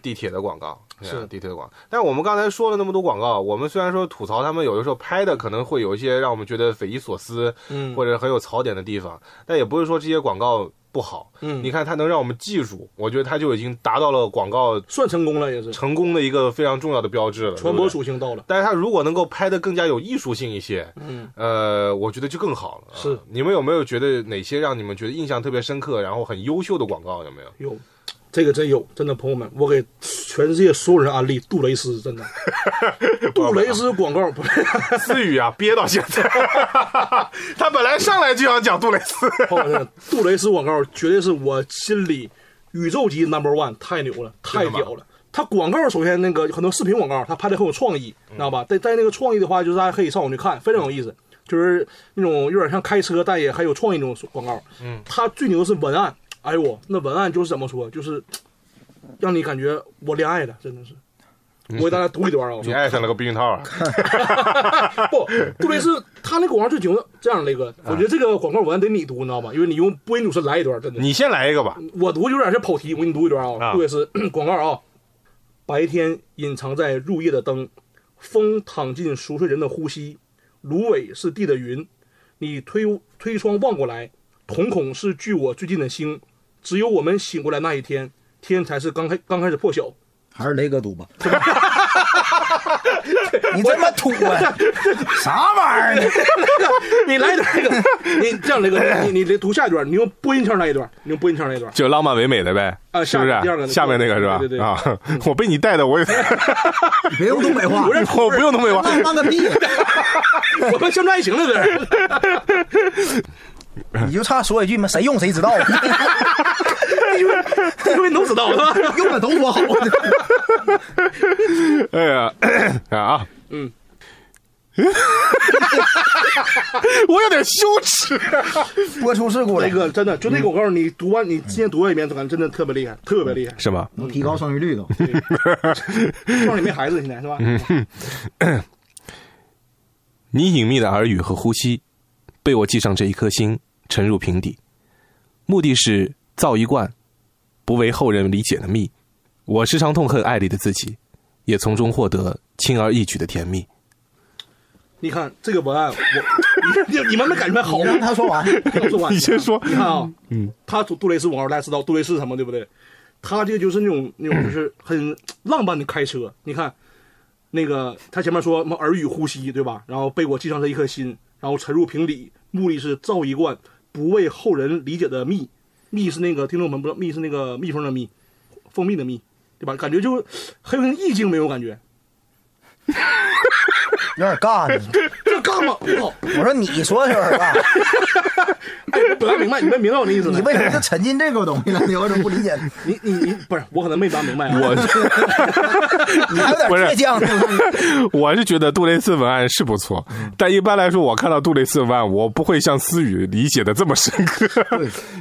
Speaker 2: 地铁的广告是地推广。但我们刚才说了那么多广告，我们虽然说吐槽他们有的时候拍的可能会有一些让我们觉得匪夷所思，嗯，或者很有槽点的地方，但也不是说这些广告不好。嗯，你看它能让我们记住，我觉得它就已经达到了广告
Speaker 3: 算成功了也是，
Speaker 2: 成功的一个非常重要的标志了，
Speaker 3: 传播
Speaker 2: 对不对
Speaker 3: 属性到了。
Speaker 2: 但是它如果能够拍的更加有艺术性一些，嗯，呃，我觉得就更好了。啊
Speaker 3: 是，
Speaker 2: 你们有没有觉得哪些让你们觉得印象特别深刻，然后很优秀的广告有没有？
Speaker 3: 有，这个真有，真的朋友们，我给全世界所有人安利杜蕾 斯，真的，杜蕾斯广告不是，
Speaker 2: 思雨啊，憋到现在， 他本来上来就想讲杜蕾 斯，
Speaker 3: 朋友们真的，杜蕾斯广告绝对是我心里宇宙级 number one，太牛了，太
Speaker 2: 真的吗
Speaker 3: 屌了。它广告首先那个很多视频广告，它拍的很有创意，
Speaker 2: 嗯
Speaker 3: 知道吧？在在那个创意的话，就是大家可以上网去看，非常有意思，就是那种有点像开车，但也很有创意那种广告。嗯，它最牛的是文案，哎呦我那文案就是怎么说，就是让你感觉我恋爱了，真的是。
Speaker 2: 嗯
Speaker 3: 我给大家读一段啊，我
Speaker 2: 你
Speaker 3: 说
Speaker 2: 爱上了个避孕套啊，
Speaker 3: 不，杜蕾斯他那广告最牛的这样的一个，我觉得这个广告文案得你读，你知道吗？因为你用播音主持来一段，真的。
Speaker 2: 你先来一个吧。
Speaker 3: 我读有点是跑题，我给你读一段啊，
Speaker 2: 啊
Speaker 3: 杜蕾斯 广告啊。白天隐藏在入夜的灯，风淌进熟睡人的呼吸，芦苇是地的云，你推推窗望过来，瞳孔是距我最近的星，只有我们醒过来那一天，天才是刚开刚开始破晓。
Speaker 4: 还是雷哥读吧。你这么土 啊？啥玩意儿呢？
Speaker 3: 你来一段那个， 你这样那个，你你你读下一段，你用播音腔那一段，你用播音腔那一段。
Speaker 2: 就浪漫唯美的呗，
Speaker 3: 啊
Speaker 2: 是不
Speaker 3: 下
Speaker 2: 是？
Speaker 3: 第二个
Speaker 2: 下面那个是吧？
Speaker 3: 对对对
Speaker 2: 啊， 我被你带的， 我也
Speaker 4: 你别用东北话
Speaker 3: 我，这
Speaker 2: 我不用东北话。
Speaker 4: 浪漫个屁！
Speaker 3: 我们相处还行了，这
Speaker 4: 你就差说一句嘛，谁用谁知
Speaker 1: 啊
Speaker 4: 道，
Speaker 3: 这各位都知道是吧？
Speaker 4: 用的都多
Speaker 1: 啊
Speaker 4: 好。
Speaker 2: 哎呀， 啊，
Speaker 3: 嗯，
Speaker 2: 我有点羞耻。
Speaker 4: 播出事故了
Speaker 3: 那，个真的就那广告，你读完你今天读完一遍，感觉真的特别厉害，特别厉害。
Speaker 2: 什么？
Speaker 4: 提高生育率都。
Speaker 3: 告诉你没孩子现在是吧？
Speaker 2: 你隐秘的耳语和呼吸，被我记上这一颗心，沉入平底。目的是造一罐不为后人理解的蜜。我时常痛恨爱里的自己，也从中获得轻而易举的甜蜜。
Speaker 3: 你看这个文案，我你你你们没感觉好
Speaker 4: 你让他说完，
Speaker 3: 说完
Speaker 2: 你先说
Speaker 3: 你看啊，嗯，他读杜蕾斯广告，大家知道杜蕾斯是什么，对不对？他这个就是 那种那种就是很浪漫的开车。你看，那个他前面说什么耳语呼吸，对吧？然后被我记上这一颗心，然后沉入瓶底，目的是造一罐不为后人理解的蜜。蜜是那个听众们不知道，蜜是那个蜜蜂的蜜，蜂蜜的蜜，对吧？感觉就很有那个意境，没有感觉？
Speaker 4: 有点尬呢。
Speaker 3: 这 干嘛？我靠！
Speaker 4: 我说你说有点 尬，
Speaker 3: 哎，我不太明白，你们明白我的意思
Speaker 4: 你为
Speaker 3: 没？
Speaker 4: 什么就沉浸这个东西了？你有点不理解，
Speaker 3: 你你你不是，我可能没答明白、啊。
Speaker 2: 我
Speaker 4: 你还有
Speaker 2: 不是
Speaker 4: 点倔强。
Speaker 2: 我是觉得杜蕾斯文案是不错，
Speaker 4: 嗯
Speaker 2: 但一般来说，我看到杜蕾斯文案，我不会像思雨理解的这么深 刻。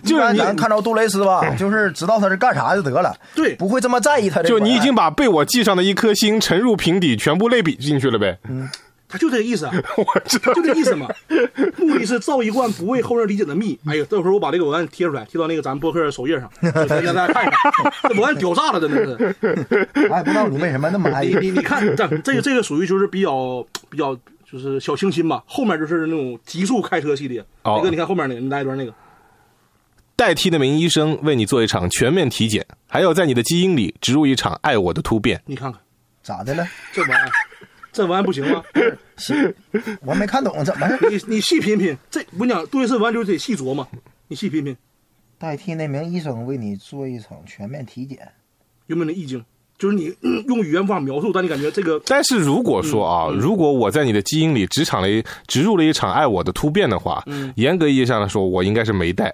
Speaker 4: 一
Speaker 2: 就是
Speaker 4: 般
Speaker 2: 你，嗯
Speaker 4: 咱看着杜蕾斯吧，就是知道他是干啥就得了，
Speaker 3: 对
Speaker 4: 不会这么在意他这
Speaker 2: 就
Speaker 4: 个玩意儿。
Speaker 2: 你已经把被我记上的一颗心沉入平底，全部类比进去了呗。
Speaker 4: 嗯
Speaker 3: 他就这个意思啊，
Speaker 2: 我知道
Speaker 3: 就这个意思嘛。目的是造一罐不为后人理解的蜜。哎呀，到时候我把这个文案贴出来，贴到那个咱们博客首页上，让大家看一看。 这文案屌炸了，真的是。
Speaker 4: 哎，不知道你为什么那么爱
Speaker 3: 你你
Speaker 4: 意。
Speaker 3: 你看，这这个这个属于就是比较比较就是小清新吧。后面就是那种极速开车系列。
Speaker 2: 哦
Speaker 3: 那个你看后面那个，你来一段那个。
Speaker 2: 代替那名医生为你做一场全面体检，还有在你的基因里植入一场爱我的突变。
Speaker 3: 你看看
Speaker 4: 咋的了？
Speaker 3: 这文案，这文案不行吗？
Speaker 4: 我没看懂，怎么是
Speaker 3: 你你细品品，这我跟你讲，对这文案就得细琢磨。你细品品，
Speaker 4: 代替那名医生为你做一场全面体检？
Speaker 3: 有没有那意境？就是你、嗯用语言无法描述，但你感觉这个
Speaker 2: 但是如果说啊，如果我在你的基因里职场里植入了一场爱我的突变的话，严格意义上来说，我应该是没带。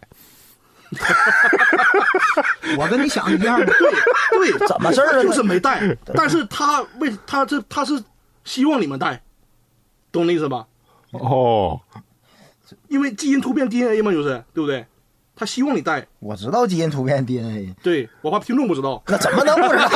Speaker 4: 我跟你想的一样，
Speaker 3: 对，
Speaker 4: 怎么事儿啊
Speaker 3: 就是没带，但是他为他这他是希望你们带，懂我的意思吧？
Speaker 2: 哦，
Speaker 3: 因为基因突变 DNA 嘛，就是对不对？他希望你带，
Speaker 4: 我知道基因突变 DNA，
Speaker 3: 对我怕听众不知道，
Speaker 4: 那怎么能不知 道？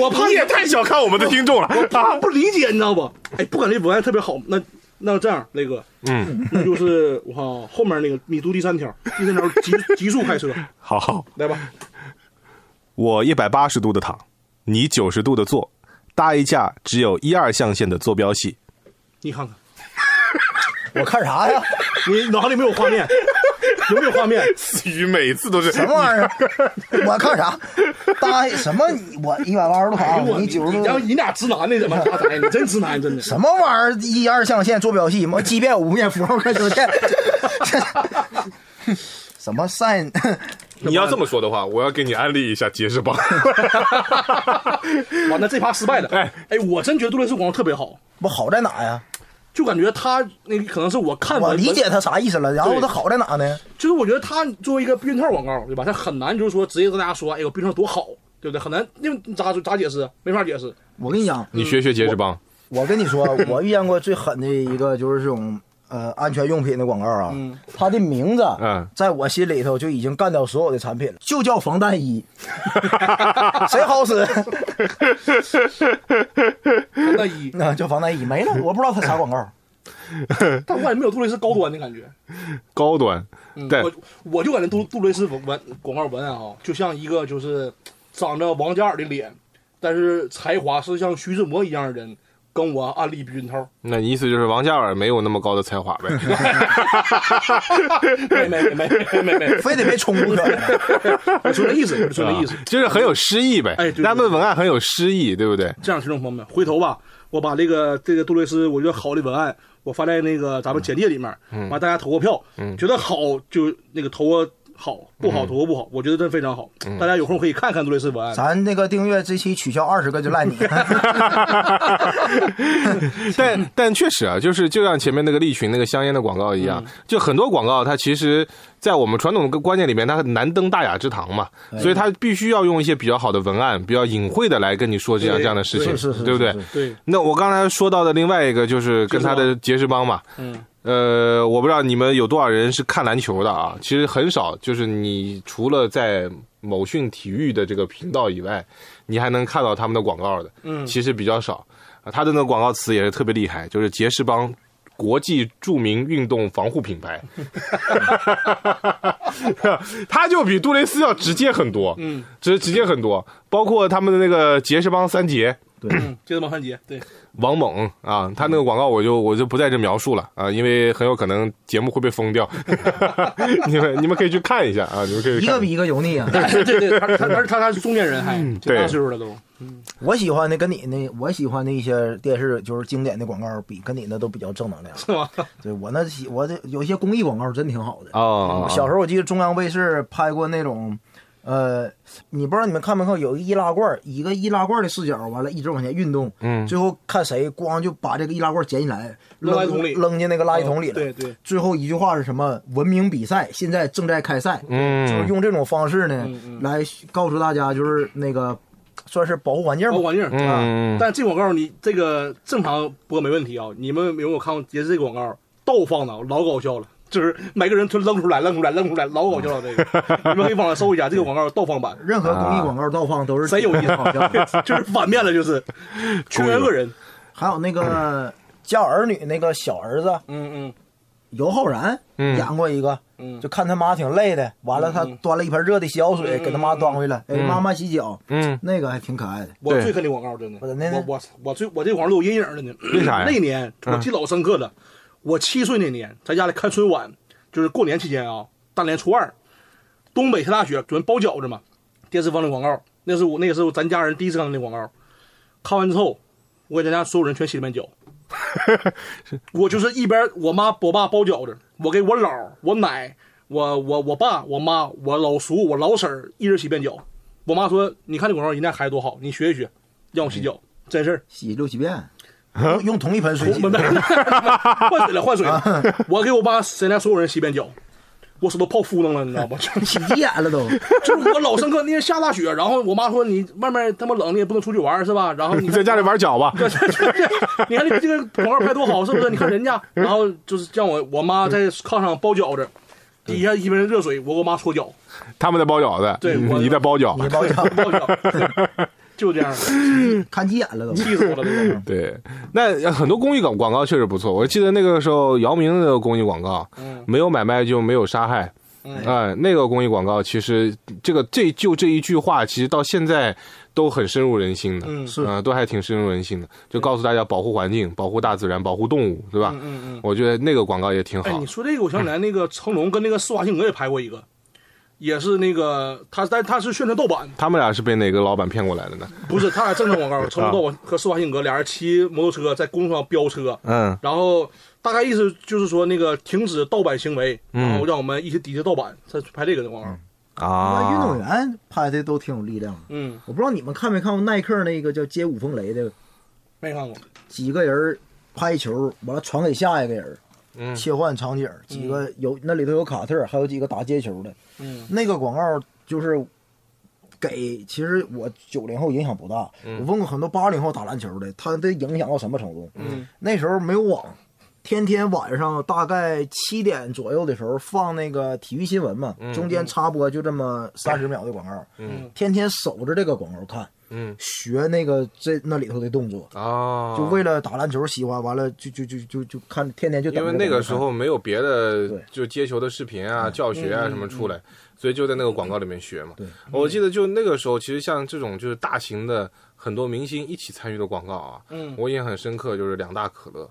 Speaker 3: 我怕
Speaker 2: 你也太小看我们的听众了。
Speaker 3: 他不理解，你知道不？哎，不感觉文案特别好，那那这样，雷哥，
Speaker 2: 嗯，
Speaker 3: 那就是我靠后面那个你读第三条，第三条极极速开车，
Speaker 2: 好，
Speaker 3: 来吧，
Speaker 2: 我一百八十度的躺，你九十度的坐，搭一架只有一二象限的坐标系。
Speaker 3: 你看看，
Speaker 1: 我看啥呀？
Speaker 3: 你脑子里没有画面，有没有画面？
Speaker 2: 思雨每次都是
Speaker 1: 什么玩意 儿？我看啥？ 搭什么？我一百八十度啊！
Speaker 3: 我
Speaker 1: 你
Speaker 3: 你
Speaker 1: 九十度
Speaker 3: 然后你俩直男呢？怎么大宅？你真直男，真的。
Speaker 1: 什么玩意儿？一二象限坐标系，么畸变五面符号看折线， 什么 sin
Speaker 2: 你要这么说的话，我要给你安利一下结 石棒。
Speaker 3: 完了，这趴失败了。
Speaker 2: 哎
Speaker 3: 哎哎，我真觉得杜蕾斯广告特别好，
Speaker 1: 不好在哪呀？
Speaker 3: 就感觉他那个可能是我看
Speaker 1: 我
Speaker 3: 文
Speaker 1: 理解他啥意思了，然后
Speaker 3: 对
Speaker 1: 他好在哪呢？
Speaker 3: 就是我觉得他作为一个避孕套广告，对吧？他很难就是说直接跟大家说，哎呦，避孕套多好，对不对？很难，因为咋咋解释？没法解释。
Speaker 1: 我跟你讲，
Speaker 2: 你学学结石棒，
Speaker 1: 我跟你说，我遇见过最狠的一个就是这种呃安全用品的广告啊，它的名字
Speaker 2: 嗯
Speaker 1: 在我心里头就已经干掉所有的产品了，就叫防弹衣，谁好使？
Speaker 3: 那一，
Speaker 1: 那叫防弹衣没了，我不知道它啥广告。
Speaker 3: 但我感觉没有杜蕾斯高端的感觉。
Speaker 2: 高端，对
Speaker 3: 我我就感觉杜杜蕾斯文文广告文案啊，就像一个就是长着王嘉尔的脸，但是才华是像徐志摩一样的人，跟我安利避孕套。
Speaker 2: 那你意思就是王嘉尔没有那么高的才华 呗？
Speaker 3: 没没没没没没，
Speaker 1: 非得被冲出去，
Speaker 3: 我哎说那意思，我说那意思。
Speaker 2: 就是很有诗意呗。
Speaker 3: 哎对对对
Speaker 2: 他们文案很有诗意，对不对？
Speaker 3: 这样，听众朋友们，回头吧，我把这个这个杜蕾斯我觉得好的文案，我发在那个咱们简介里面，完、大家投个票，觉得好就那个投个好，不好投个不好，我觉得真非常好，大家有空可以看看杜蕾斯文 案。
Speaker 1: 咱那个订阅这期取消二十个就赖 你。嗯
Speaker 2: 但但确实啊，就是就像前面那个利群那个香烟的广告一
Speaker 1: 嗯
Speaker 2: 样，就很多广告它其实，在我们传统的观念里面，它很难登大雅之堂嘛，
Speaker 1: 哎
Speaker 2: 所以它必须要用一些比较好的文案，比较隐晦的来跟你说这样
Speaker 3: 对
Speaker 2: 这样的事情，
Speaker 1: 是是是
Speaker 2: 对不对
Speaker 1: 是是？
Speaker 3: 对，
Speaker 2: 那我刚才说到的另外一个就是跟他的杰士邦嘛，
Speaker 3: 嗯，
Speaker 2: 呃，我不知道你们有多少人是看篮球的啊，其实很少，就是你除了在某讯体育的这个频道以外，你还能看到他们的广告的，嗯，其实比较少。啊他的那个广告词也是特别厉害，就是杰士邦国际著名运动防护品牌， 他就比杜蕾斯要直接很多，嗯，直直接很多，包括他们的那个杰士邦三杰，
Speaker 3: 嗯，接着往上接，对，
Speaker 2: 王猛啊，他那个广告我就我就不在这描述了啊，因为很有可能节目会被封掉。 你们你们可以去看一下啊，你们可以去
Speaker 1: 一个
Speaker 2: 看。
Speaker 1: 比一个油腻啊！
Speaker 3: 对对，他他他他他是中年人，还挺大岁数了都，
Speaker 1: 我喜欢的跟你那，我喜欢的一些电视就是经典的广告，比跟你那都比较正能量。
Speaker 3: 是吧？
Speaker 1: 对我那喜我这有一些公益广告真挺好的。
Speaker 2: 哦，
Speaker 1: 小时候我记得中央卫视拍过那种，呃，你不知道你们看没看，有一个易拉罐，一个易拉罐的视角，完了一直往前运动，
Speaker 2: 嗯
Speaker 1: 最后看谁咣就把这个易拉罐捡起来，
Speaker 3: 扔
Speaker 1: 扔
Speaker 3: 垃圾桶里哦
Speaker 1: 扔进那个垃圾桶里了。
Speaker 3: 对对，
Speaker 1: 最后一句话是什么？文明比赛现在正在开赛，就是
Speaker 2: 嗯，
Speaker 1: 用这种方式呢、
Speaker 3: 嗯
Speaker 1: 来告诉大家，就是那个算是保护环境吧
Speaker 3: 包。管镜啊
Speaker 2: 嗯，
Speaker 3: 但这广告你这个正常播没问题啊，你们有没有看过也是这个广告倒放的，老搞笑了。就是每个人都扔出来，扔出来，扔出来，老搞笑了。这个 你们可以网上搜一下这个广告倒放版，
Speaker 1: 任何
Speaker 2: 啊
Speaker 1: 公益广告倒放都是
Speaker 3: 贼有意思
Speaker 1: 好笑。
Speaker 3: 就是反面了，就是全员恶人。
Speaker 1: 还有那个家有儿女那个小儿子，
Speaker 3: 嗯
Speaker 1: 尤浩然
Speaker 2: 嗯
Speaker 1: 演过一个，
Speaker 3: 嗯
Speaker 1: 就看他妈挺累的，完了他端了一盆热的洗脚水给他妈端回来，哎，妈妈洗脚，
Speaker 2: 嗯，
Speaker 1: 那个还挺可爱的。
Speaker 3: 我
Speaker 2: 对
Speaker 3: 最恨这广告，真的。
Speaker 1: 我的那
Speaker 3: 我我我最我这广告有阴影了呢。
Speaker 2: 为啥呀 嗯
Speaker 3: 那年我记得老深刻了，我七岁那年在家里看春晚，就是过年期间啊，大年初二，东北下大雪，准备包饺子嘛，电视放的广告，那是我那也是我咱家人第一次看到那广告，看完之后，我给咱家所有人全洗 了面脚。我就是一边我妈我爸包饺子，我给我姥儿我奶我我我爸我妈我老叔我老婶儿一人洗遍脚。我妈说：“你看这广告，人家孩子多好，你学一学，让我洗脚，真事儿。
Speaker 1: 洗六七遍，用用同一盆水洗
Speaker 3: 我。们换水了，换水了。 我给我爸谁家所有人洗遍脚，我手都泡扑棱了，你知道吧？ 就是
Speaker 1: 洗急眼了都，
Speaker 3: 就是我老深刻，那天下大雪，然后我妈说你外面他妈冷，你也不能出去玩儿是吧？然后你
Speaker 2: 你在家里玩脚吧。
Speaker 3: 你看这个广告拍多好，是不是？你看人家，然后就是让我我妈在炕上包饺子，底下一盆热水，我给我妈搓脚，
Speaker 2: 他们在包饺子，嗯
Speaker 3: 对我
Speaker 2: 你在包饺
Speaker 1: 你
Speaker 2: 子。
Speaker 1: 包浆
Speaker 3: 包脚， 就这样，
Speaker 1: 看急眼了都。
Speaker 3: 气死我了，这个。
Speaker 2: 对，那很多公益广广告确实不错。我记得那个时候姚明的公益广告，没有买卖就没有杀害。哎，那个公益广告其实这个这就这一句话，其实到现在都很深入人心的，嗯，
Speaker 1: 是
Speaker 2: 都还挺深入人心的，就告诉大家保护环境、保护大自然、保护动物，对吧？嗯嗯，我觉得那个广告也挺
Speaker 3: 哎，
Speaker 2: 好嗯
Speaker 3: 你，说这个，我想起来那个成龙跟那个施瓦辛格也拍过一个，也是那个他，但他是宣传盗版，
Speaker 2: 他们俩是被哪个老板骗过来的呢？
Speaker 3: 不是他俩正常 广告。成龙
Speaker 2: 啊
Speaker 3: 盗版和施瓦辛格俩人骑摩托车在公路上飙车，
Speaker 2: 嗯，
Speaker 3: 然后大概意思就是说那个停止盗版行为，
Speaker 2: 嗯
Speaker 3: 然后让我们一起抵制盗版，他拍这个的广告。
Speaker 2: 啊，
Speaker 1: 运动员拍的都挺有力量的。
Speaker 3: 嗯，
Speaker 1: 我不知道你们看没看过耐克那个叫接五风雷的，
Speaker 3: 没看过，
Speaker 1: 几个人拍球，完了传给下一个人，
Speaker 2: 嗯
Speaker 1: 切换场景，几个有那里头有卡特，还有几个打接球的。
Speaker 3: 嗯，
Speaker 1: 那个广告就是给，其实我九零后影响不大，
Speaker 2: 嗯
Speaker 1: 我问过很多八零后打篮球的，他的影响到什么程度？嗯，那时候没有网。天天晚上大概七点左右的时候放那个体育新闻嘛，中间插播就这么三十秒的广告，
Speaker 2: 嗯，
Speaker 1: 天天守着这个广告看，
Speaker 2: 嗯
Speaker 1: 学那个这那里头的动作，
Speaker 2: 啊，
Speaker 1: 就为了打篮球喜欢，完了就就就就就看天天就等
Speaker 2: 因
Speaker 1: 着
Speaker 2: 为那个
Speaker 1: 广告
Speaker 2: 时候没有别的
Speaker 1: 对，嗯
Speaker 2: 就接球的视频啊、教学啊什么出来，所以就在那个广告里面学嘛。哦我记得就那个时候，其实像这种就是大型的很多明星一起参与的广告啊，
Speaker 3: 嗯
Speaker 2: 我印象很深刻，就是两大可乐，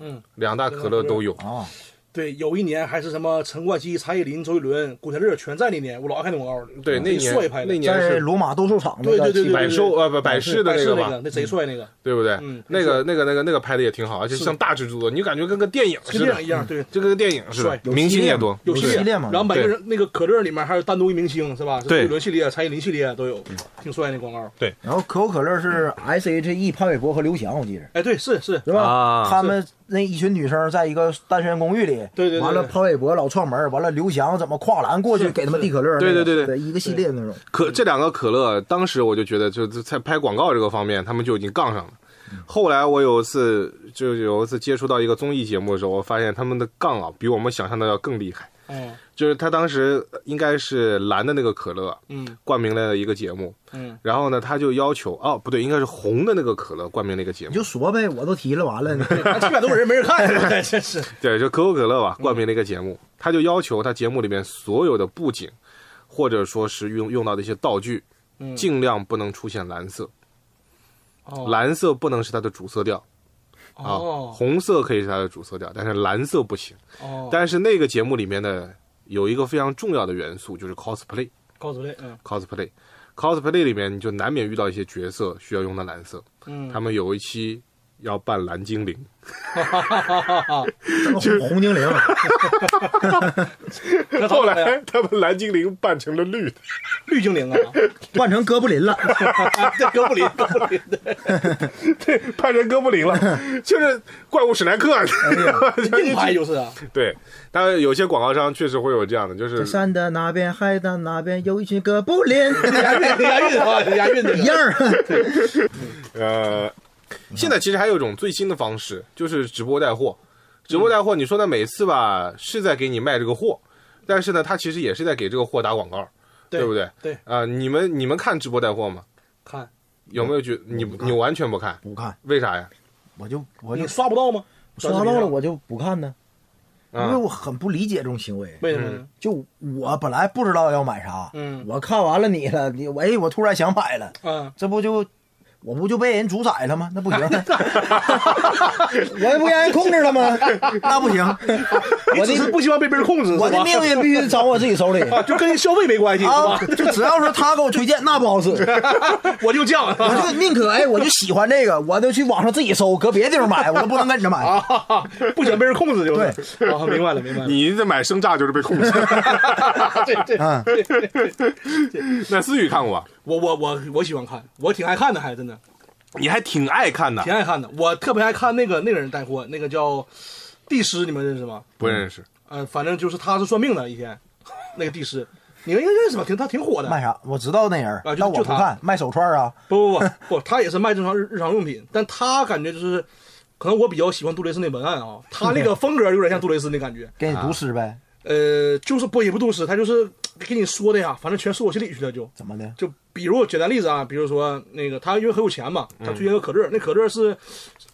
Speaker 3: 嗯，
Speaker 2: 两大可乐都有。
Speaker 1: 看啊，
Speaker 3: 对，有一年还是什么陈冠希、蔡依林、周杰伦、古天乐全在那年，我老爱看那广告了。嗯
Speaker 2: 对，那
Speaker 3: 贼帅
Speaker 2: 年
Speaker 3: 拍的，
Speaker 2: 那年
Speaker 1: 在
Speaker 2: 是
Speaker 1: 罗马斗兽场那个
Speaker 3: 对对对
Speaker 1: 气氛
Speaker 3: 对
Speaker 2: 百寿呃不百事的
Speaker 3: 百
Speaker 2: 那
Speaker 3: 事
Speaker 2: 个
Speaker 3: 那
Speaker 2: 吧嗯
Speaker 3: 个，，那贼帅那个，
Speaker 2: 对不对？
Speaker 3: 嗯
Speaker 2: 那个那个那个那个拍的也挺好，而且像大制作，你感觉跟个电影
Speaker 3: 跟
Speaker 2: 似
Speaker 3: 电
Speaker 2: 的
Speaker 3: 影一，样，对，
Speaker 2: 就跟个电影似的
Speaker 3: 帅，
Speaker 1: 有
Speaker 2: 明
Speaker 1: 系
Speaker 2: 星
Speaker 1: 列
Speaker 2: 也
Speaker 1: 嘛
Speaker 2: 多。
Speaker 3: 有
Speaker 1: 有
Speaker 3: 系
Speaker 1: 系列嘛
Speaker 3: 然后每个
Speaker 2: 对
Speaker 3: 人那个可乐里面还有单独一明星是吧？是
Speaker 2: 对
Speaker 3: 周杰伦系列、蔡依林系列啊都有，挺帅那广告。
Speaker 1: 然后可口可乐是 S H E 潘玮柏和刘翔，我记着。
Speaker 3: 哎，对，是是，
Speaker 1: 对吧？
Speaker 2: 啊
Speaker 1: 他们那一群女生在一个单身公寓里，
Speaker 3: 对对对
Speaker 1: 完了
Speaker 3: 对
Speaker 1: 潘玮柏老串门，完了刘翔怎么跨栏过去
Speaker 3: 是
Speaker 1: 给他们递可乐那个，
Speaker 2: 对对对对
Speaker 1: 一个系列那种。
Speaker 2: 可这两个可乐，当时我就觉得，就就在拍广告这个方面，他们就已经杠上了。
Speaker 3: 嗯
Speaker 2: 后来我有一次，就有一次接触到一个综艺节目的时候，我发现他们的杠啊，比我们想象的要更厉害。
Speaker 3: 嗯
Speaker 2: 就是他当时应该是蓝的那个可乐
Speaker 3: 嗯
Speaker 2: 冠名了一个节目，
Speaker 3: 嗯，
Speaker 2: 然后呢，他就要求哦，不对，应该是红的那个可乐冠名了一个节
Speaker 1: 你
Speaker 2: 目
Speaker 1: 就，说呗，我都提了，完了 呢，
Speaker 3: 还七百多个人没人看，对不对？真是，
Speaker 2: 对，就可口可乐
Speaker 3: 嗯
Speaker 2: 吧冠名了一个节目，他就要求他节目里面所有的布景，或者说是用用到的一些道具，
Speaker 3: 嗯
Speaker 2: 尽量不能出现蓝色。
Speaker 3: 哦
Speaker 2: 蓝色不能是它的主色调啊，
Speaker 3: 哦
Speaker 2: 红色可以是它的主色调，但是蓝色不行。
Speaker 3: 哦，
Speaker 2: 但是那个节目里面的有一个非常重要的元素就是 cosplay，cosplay，cosplay
Speaker 3: 高主任，嗯
Speaker 2: cosplay, 里面你就难免遇到一些角色需要用到蓝色。
Speaker 3: 嗯，
Speaker 2: 他们有一期要扮蓝精灵，
Speaker 1: 整个红红精灵，
Speaker 3: 那
Speaker 2: 后
Speaker 3: 后来
Speaker 2: 来哎他们蓝精灵扮成了绿的。
Speaker 3: 绿精灵啊，
Speaker 1: 扮成哥布林了。
Speaker 3: 对，哥布林，哥布林，对
Speaker 2: 对，扮成哥布 林了，就是怪物史莱
Speaker 3: 哎
Speaker 2: 克，
Speaker 3: 硬拍就是啊，
Speaker 2: 对。当然，有些广告商确实会有这样的，就是
Speaker 1: 在山的那边，海的那边，有一群哥布 林，
Speaker 3: 押韵押韵啊，押韵的
Speaker 1: 一样儿。
Speaker 2: 呃，现在其实还有一种最新的方式，就是直播带货。直播带货，你说呢？每次吧是在给你卖这个货，但是呢，他其实也是在给这个货打广告，对不对？啊、
Speaker 3: 对，
Speaker 2: 你们你们看直播带货吗？
Speaker 3: 看
Speaker 2: 有没有觉你你完全不看？
Speaker 1: 不看，
Speaker 2: 为啥呀？
Speaker 1: 我就我就
Speaker 3: 你刷不到吗？
Speaker 1: 刷到了我就不看呢，因为
Speaker 2: 啊、
Speaker 1: 我很不理解这种行为。
Speaker 3: 为什么呢？
Speaker 1: 就我本来不知道要买啥，
Speaker 3: 嗯
Speaker 1: 我看完了你了，你我哎，我突然想买了，
Speaker 3: 嗯，
Speaker 1: 这不就我不就被人主宰了吗？那不 行，我也不让人控制了吗？那不行，
Speaker 3: 你
Speaker 1: 我
Speaker 3: 只是
Speaker 1: 的
Speaker 3: 不希望被别人控制，是
Speaker 1: 我的
Speaker 3: 吧
Speaker 1: 命运必须掌握自己手里
Speaker 3: 啊，就跟消费没关系，是
Speaker 1: 啊
Speaker 3: 吧？！
Speaker 1: 就只要是他给我推荐，那不好使。
Speaker 3: 我就犟，
Speaker 1: 啊我就宁可哎，我就喜欢这个，我就去网上自己搜，搁别地方买，我都不能跟你这买。
Speaker 3: 啊，哈哈 不想被人控制就是。啊，明白了，明白了。
Speaker 2: 你这买生榨就是被控制。
Speaker 3: 对对，
Speaker 1: 嗯，
Speaker 2: 那思雨看过吧？啊
Speaker 3: 我我我我喜欢看，我挺爱看的，还真的
Speaker 2: 你还挺爱看的
Speaker 3: 挺，爱看的。我特别爱看那个那个人带货，那个叫帝师，你们认识吗？
Speaker 2: 不认识。
Speaker 3: 呃，反正就是他是算命的，以前那个帝师，你们应该认识吧？挺他挺火的。
Speaker 1: 卖啥？我知道那人，
Speaker 3: 啊就
Speaker 1: 但我
Speaker 3: 就
Speaker 1: 不
Speaker 3: 他
Speaker 1: 看，卖手串啊。
Speaker 3: 不不不不，他也是卖正常日日常用品，但他感觉就是，可能我比较喜欢杜蕾斯那文案啊，他那个风格有点像杜蕾斯那感觉。
Speaker 1: 给你读诗呗？
Speaker 3: 呃，就是不也不都是，他就是给你说的呀，反正全说我心里去了就。
Speaker 1: 怎么的？
Speaker 3: 就比如简单例子啊，比如说那个他因为很有钱嘛，他推荐个可乐，那可乐是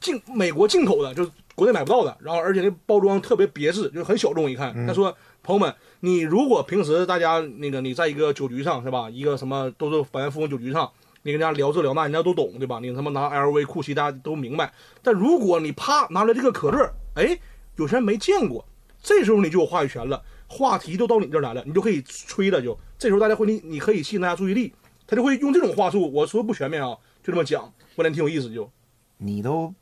Speaker 3: 进美国进口的，就是国内买不到的，然后而且那包装特别别致，就是很小众，一看他说朋友们，你如果平时大家那个你在一个酒局上是吧，一个什么都是百万富翁酒局上，你跟人家聊这聊那，人家都懂对吧？你他妈拿 LV、库奇，大家都明白。但如果你啪拿来这个可乐，哎，有些人没见过，这时候你就有话语权了，话题都到你这儿来了，你就可以吹了就。这时候大家会你你可以吸引大家注意力，他就会用这种话术。我说不全面啊，就这么讲，我觉得挺有意思就。
Speaker 4: 你都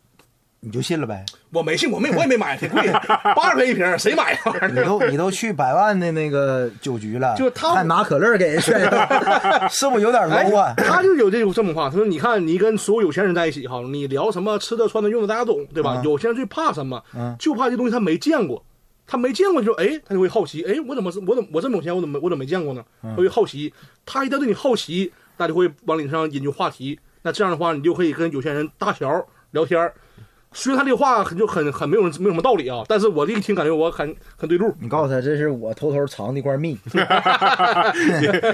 Speaker 4: 你就信了呗？
Speaker 3: 我没信，我没我也没买，挺贵，八十块一瓶，谁买呀？
Speaker 4: 你都你都去百万的那个酒局了，
Speaker 3: 就他
Speaker 4: 还拿可乐给人炫耀， 是不是有点 low 啊？
Speaker 3: 哎他就有这种这么话，他说：“你看，你跟所有有钱人在一起哈，你聊什么吃的、穿的、用的，大家懂，对
Speaker 4: 嗯
Speaker 3: 吧？有钱人最怕什么？就怕这东西他没见过，他没见过就哎，他就会好奇，哎，我怎么是我怎么我这么有钱，我怎么我怎么没见过呢？
Speaker 4: 嗯
Speaker 3: 他会好奇，他一旦对你好奇，那就会往你身上引就话题。那这样的话，你就可以跟有钱人搭桥聊天儿。虽然他这话很就很很没有人没有什么道理啊，但是我这一听感觉我很很对路。
Speaker 4: 你告诉他，这是我偷偷藏的一罐蜜，
Speaker 2: 你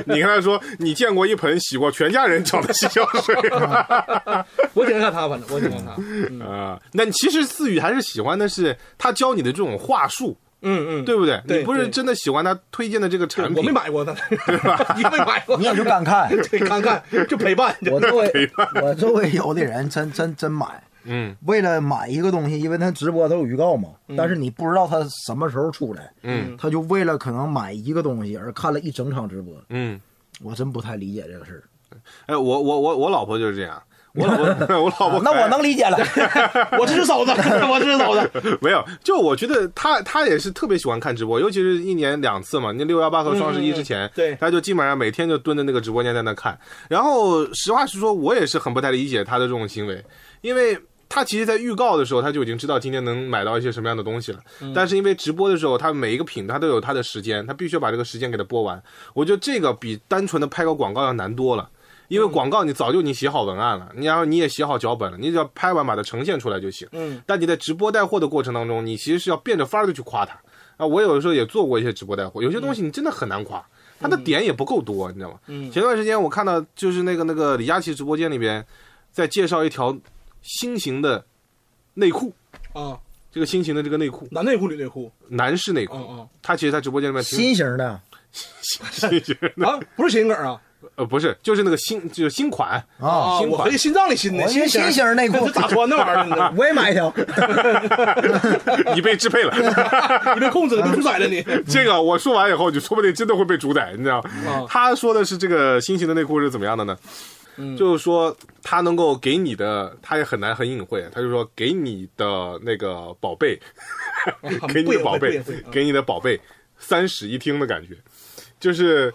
Speaker 2: 你跟他说，你见过一盆洗过全家人脚的洗脚水吗？
Speaker 3: 我挺爱看他，反正我挺爱看他。嗯
Speaker 2: 啊、那你其实思雨还是喜欢的是他教你的这种话术，
Speaker 3: 嗯嗯，
Speaker 2: 对不对？
Speaker 3: 对
Speaker 2: 你不是
Speaker 3: 对
Speaker 2: 真的喜欢他推荐的这个产品，
Speaker 3: 我没买过的， 你没买过，
Speaker 4: 你也就敢看。
Speaker 3: 对看看就陪伴。
Speaker 4: 我周 围我周围有的人真真真买，
Speaker 2: 嗯
Speaker 4: 为了买一个东西，因为他直播都有预告嘛，但是你不知道他什么时候出来，
Speaker 2: 嗯，
Speaker 4: 他就为了可能买一个东西而看了一整场直播，
Speaker 2: 嗯，
Speaker 4: 我真不太理解这个事儿。
Speaker 2: 哎，我我我我老婆就是这样，我老婆我老婆、
Speaker 4: 啊那我能理解了，
Speaker 3: 我这是嫂子，我这是嫂子。
Speaker 2: 没有，就我觉得他他也是特别喜欢看直播，尤其是一年两次嘛，那六幺八和双十一之前，
Speaker 3: 对
Speaker 2: 他就基本上每天就蹲在那个直播间在那看。然后实话实说，我也是很不太理解他的这种行为，因为。他其实，在预告的时候，他就已经知道今天能买到一些什么样的东西了。但是因为直播的时候，他每一个品他都有他的时间，他必须要把这个时间给他播完。我觉得这个比单纯的拍个广告要难多了，因为广告你早就你写好文案了，你然后你也写好脚本了，你只要拍完把它呈现出来就行。
Speaker 3: 嗯，
Speaker 2: 但你在直播带货的过程当中，你其实是要变着法儿的去夸他。啊，我有的时候也做过一些直播带货，有些东西你真的很难夸，他的点也不够多，你知道吗？
Speaker 3: 嗯
Speaker 2: 前段时间我看到就是那个那个李佳琦直播间里边，在介绍一条新型的内裤，
Speaker 3: 啊，
Speaker 2: 这个新型的这个内裤，
Speaker 3: 男内裤、女内裤，
Speaker 2: 男士内
Speaker 3: 嗯
Speaker 2: 裤，
Speaker 3: 嗯
Speaker 2: 他其实在直播间里面 挺
Speaker 4: 新型的
Speaker 2: 新型的，
Speaker 3: 啊，不是心梗啊
Speaker 2: 呃，不是，就是那个新就是新款，
Speaker 4: 啊，
Speaker 3: 啊，
Speaker 2: 新
Speaker 3: 我
Speaker 2: 款
Speaker 3: 合计心脏里心的，
Speaker 4: 我以为
Speaker 3: 心
Speaker 4: 新型 内裤
Speaker 3: 这咋穿那玩意儿呢？
Speaker 4: 我也买一 条，
Speaker 2: 你被支配了。
Speaker 3: 你被控制了，被主宰了 你。
Speaker 2: 这个我说完以后，你说不定真的会被主宰，你知道吗？
Speaker 3: 嗯
Speaker 2: 他说的是这个新型的内裤是怎么样的呢？
Speaker 3: 嗯
Speaker 2: 就是说他能够给你的，他也很难很隐晦，他就说给你的那个宝贝， 给你的宝
Speaker 3: 啊不
Speaker 2: 贝
Speaker 3: 隐晦不隐啊晦，
Speaker 2: 给你的宝贝，三室一厅的感觉。 就是，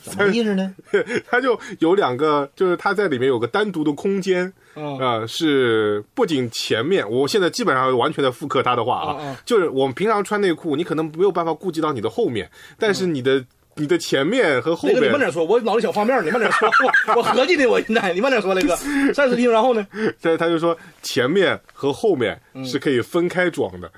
Speaker 4: 什么意思呢？
Speaker 2: 他就有两个，就是他在里面有个单独的空间，
Speaker 3: 嗯
Speaker 2: 呃，是不仅前面，我现在基本上完全在复刻他的话啊，
Speaker 3: 嗯嗯
Speaker 2: 就是我们平常穿内裤，你可能没有办法顾及到你的后面，但
Speaker 3: 嗯
Speaker 2: 是你的、你的前面和后
Speaker 3: 雷哥，你
Speaker 2: 面
Speaker 3: 慢点说，我脑袋想方便，你慢点说，我我合计的，我现在你慢点说，雷 哥。三十斤，然后呢？
Speaker 2: 但他就说前面和后面
Speaker 3: 嗯
Speaker 2: 是可以分开装的，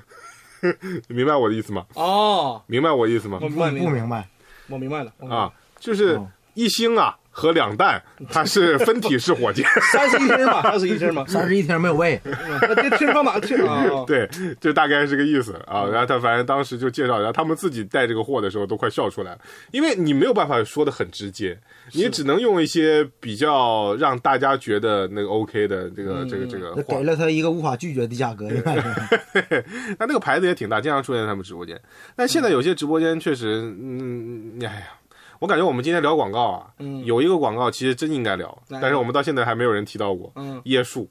Speaker 2: 你明白我的意思吗？
Speaker 3: 哦，
Speaker 2: 明白我的意思吗
Speaker 3: 我？明白
Speaker 4: 不不
Speaker 3: 了，
Speaker 4: 明白，
Speaker 3: 我明白了。
Speaker 2: 啊，就是
Speaker 3: 嗯
Speaker 2: 一星啊和两弹，它是分体式火箭，
Speaker 3: 三十一斤嘛，三十一斤 嘛，
Speaker 4: 三室一厅没有位，
Speaker 3: 那这听说嘛，听啊，啊
Speaker 2: 对，就大概是个意思啊。
Speaker 3: 嗯
Speaker 2: 然后他反正当时就介绍，然后他们自己带这个货的时候都快笑出来了，因为你没有办法说的很直接，你只能用一些比较让大家觉得那个 OK 的这
Speaker 3: 嗯
Speaker 2: 个、这个这个
Speaker 4: 这
Speaker 2: 话
Speaker 4: 给。了他一个无法拒绝的价 格，你看看
Speaker 2: 那那个牌子也挺大，经常出现在他们直播间。但
Speaker 3: 嗯
Speaker 2: 现在有些直播间确实，嗯，哎呀。我感觉我们今天聊广告啊，
Speaker 3: 嗯
Speaker 2: 有一个广告其实真应该聊，
Speaker 3: 哪个
Speaker 2: 但是我们到现在还没有人提到过。
Speaker 3: 嗯
Speaker 2: 椰树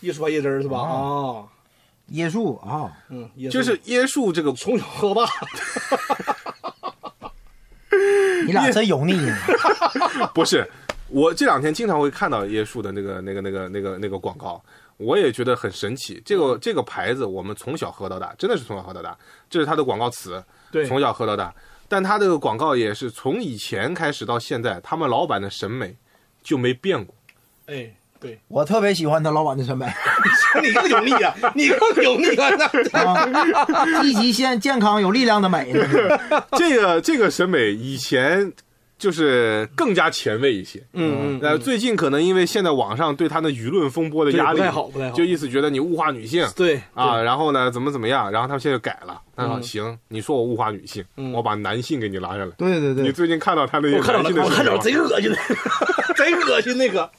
Speaker 3: 一说一针儿是吧？啊，
Speaker 4: 椰树啊，
Speaker 3: 嗯，椰子
Speaker 2: 就是椰树这个
Speaker 3: 从小喝大。
Speaker 4: 你俩真油腻 啊，
Speaker 2: 不是，我这两天经常会看到椰树的那个、那个、那个、那个、那个广告，我也觉得很神奇。这
Speaker 3: 嗯
Speaker 2: 个这个牌子，我们从小喝到大，真的是从小喝到大，这是它的广告词，
Speaker 3: 对
Speaker 2: 从小喝到大。但它这个广告也是从以前开始到现在，他们老板的审美就没变过。
Speaker 3: 哎，对，
Speaker 4: 我特别喜欢他老板的 审美，
Speaker 3: 你更油腻啊，你更油腻啊！那
Speaker 4: 啊，积极、健健康、有力量的美呢。
Speaker 2: 这个这个审美以前就是更加前卫一些。
Speaker 3: 嗯嗯，
Speaker 2: 那最近可能因为现在网上对他的舆论风波的压力
Speaker 3: 对不太好不太好
Speaker 2: 就意思觉得你物化女性，
Speaker 3: 对嗯
Speaker 2: 啊，，然后呢怎么怎么样，然后他们现在改了，他说行，你说我物化女性，我把男性给你拉下来。
Speaker 1: 对对
Speaker 2: 你
Speaker 1: 对，
Speaker 2: 最近看到他那些
Speaker 3: 我看到
Speaker 2: 男性的
Speaker 3: 了，我看到
Speaker 2: 视
Speaker 3: 了，
Speaker 2: 频吗
Speaker 3: 贼恶心的，贼恶心那个，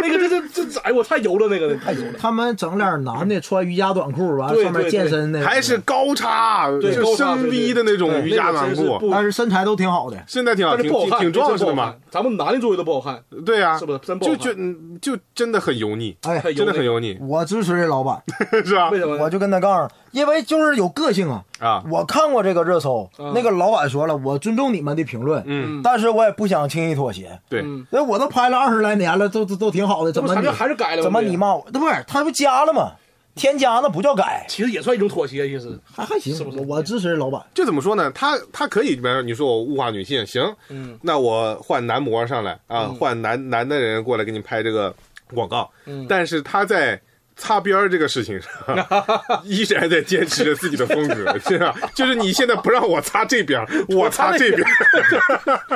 Speaker 3: 那个这这这，哎我太油了那个，太油了。
Speaker 1: 他们整点男的穿瑜伽短裤，完了
Speaker 3: 对
Speaker 1: 上面
Speaker 3: 对
Speaker 1: 健身那个，
Speaker 2: 还是高叉，
Speaker 3: 对
Speaker 2: 就
Speaker 3: 高叉
Speaker 2: 深 V 的那种
Speaker 3: 对对
Speaker 2: 瑜伽短
Speaker 3: 那个真是
Speaker 2: 裤，
Speaker 3: 不
Speaker 1: 但是身材都挺好的。
Speaker 2: 现在挺好，
Speaker 3: 但是
Speaker 2: 挺
Speaker 3: 不好
Speaker 2: 挺
Speaker 3: 看，
Speaker 2: 挺壮实
Speaker 3: 真
Speaker 2: 的
Speaker 3: 不好
Speaker 2: 嘛
Speaker 3: 看。。咱们男的做的都不好看，
Speaker 2: 对啊，
Speaker 3: 是不是真不好
Speaker 2: 就
Speaker 3: 看
Speaker 2: 就嗯就真的很油腻，
Speaker 1: 哎
Speaker 3: 太，油
Speaker 2: 真的很
Speaker 3: 那个。
Speaker 2: 油腻，
Speaker 1: 我支持这老板，
Speaker 2: 是吧
Speaker 3: 为？什么
Speaker 1: 我
Speaker 3: 呢？
Speaker 1: 就跟他杠上，因为就是有个性啊。
Speaker 2: 啊，
Speaker 1: 我看过这个热搜，
Speaker 3: 嗯
Speaker 1: 那个老板说了，我尊重你们的评论，
Speaker 2: 嗯
Speaker 1: 但是我也不想轻易妥协。
Speaker 2: 对，
Speaker 3: 嗯
Speaker 1: 那我都拍了二十来年了，都都都挺好的，
Speaker 3: 这
Speaker 1: 怎
Speaker 3: 不
Speaker 1: 么
Speaker 3: 咱
Speaker 1: 你
Speaker 3: 这还是改了吗？
Speaker 1: 怎么
Speaker 3: 这
Speaker 1: 你骂我？那不是他不加了吗？添加那不叫改，
Speaker 3: 其实也算一种妥协，其实
Speaker 1: 还还行
Speaker 3: 是不，是
Speaker 1: 我我支持老板。
Speaker 2: 就怎么说呢？他他可以，比方说你说我物化女性，行，
Speaker 3: 嗯，
Speaker 2: 那我换男模上来啊，换男男的人过来给你拍这个广告，但是他在。擦边儿这个事情上， 依然在坚持着自己的风格，是吧？就是你现在不让我擦这边儿，我擦这边儿，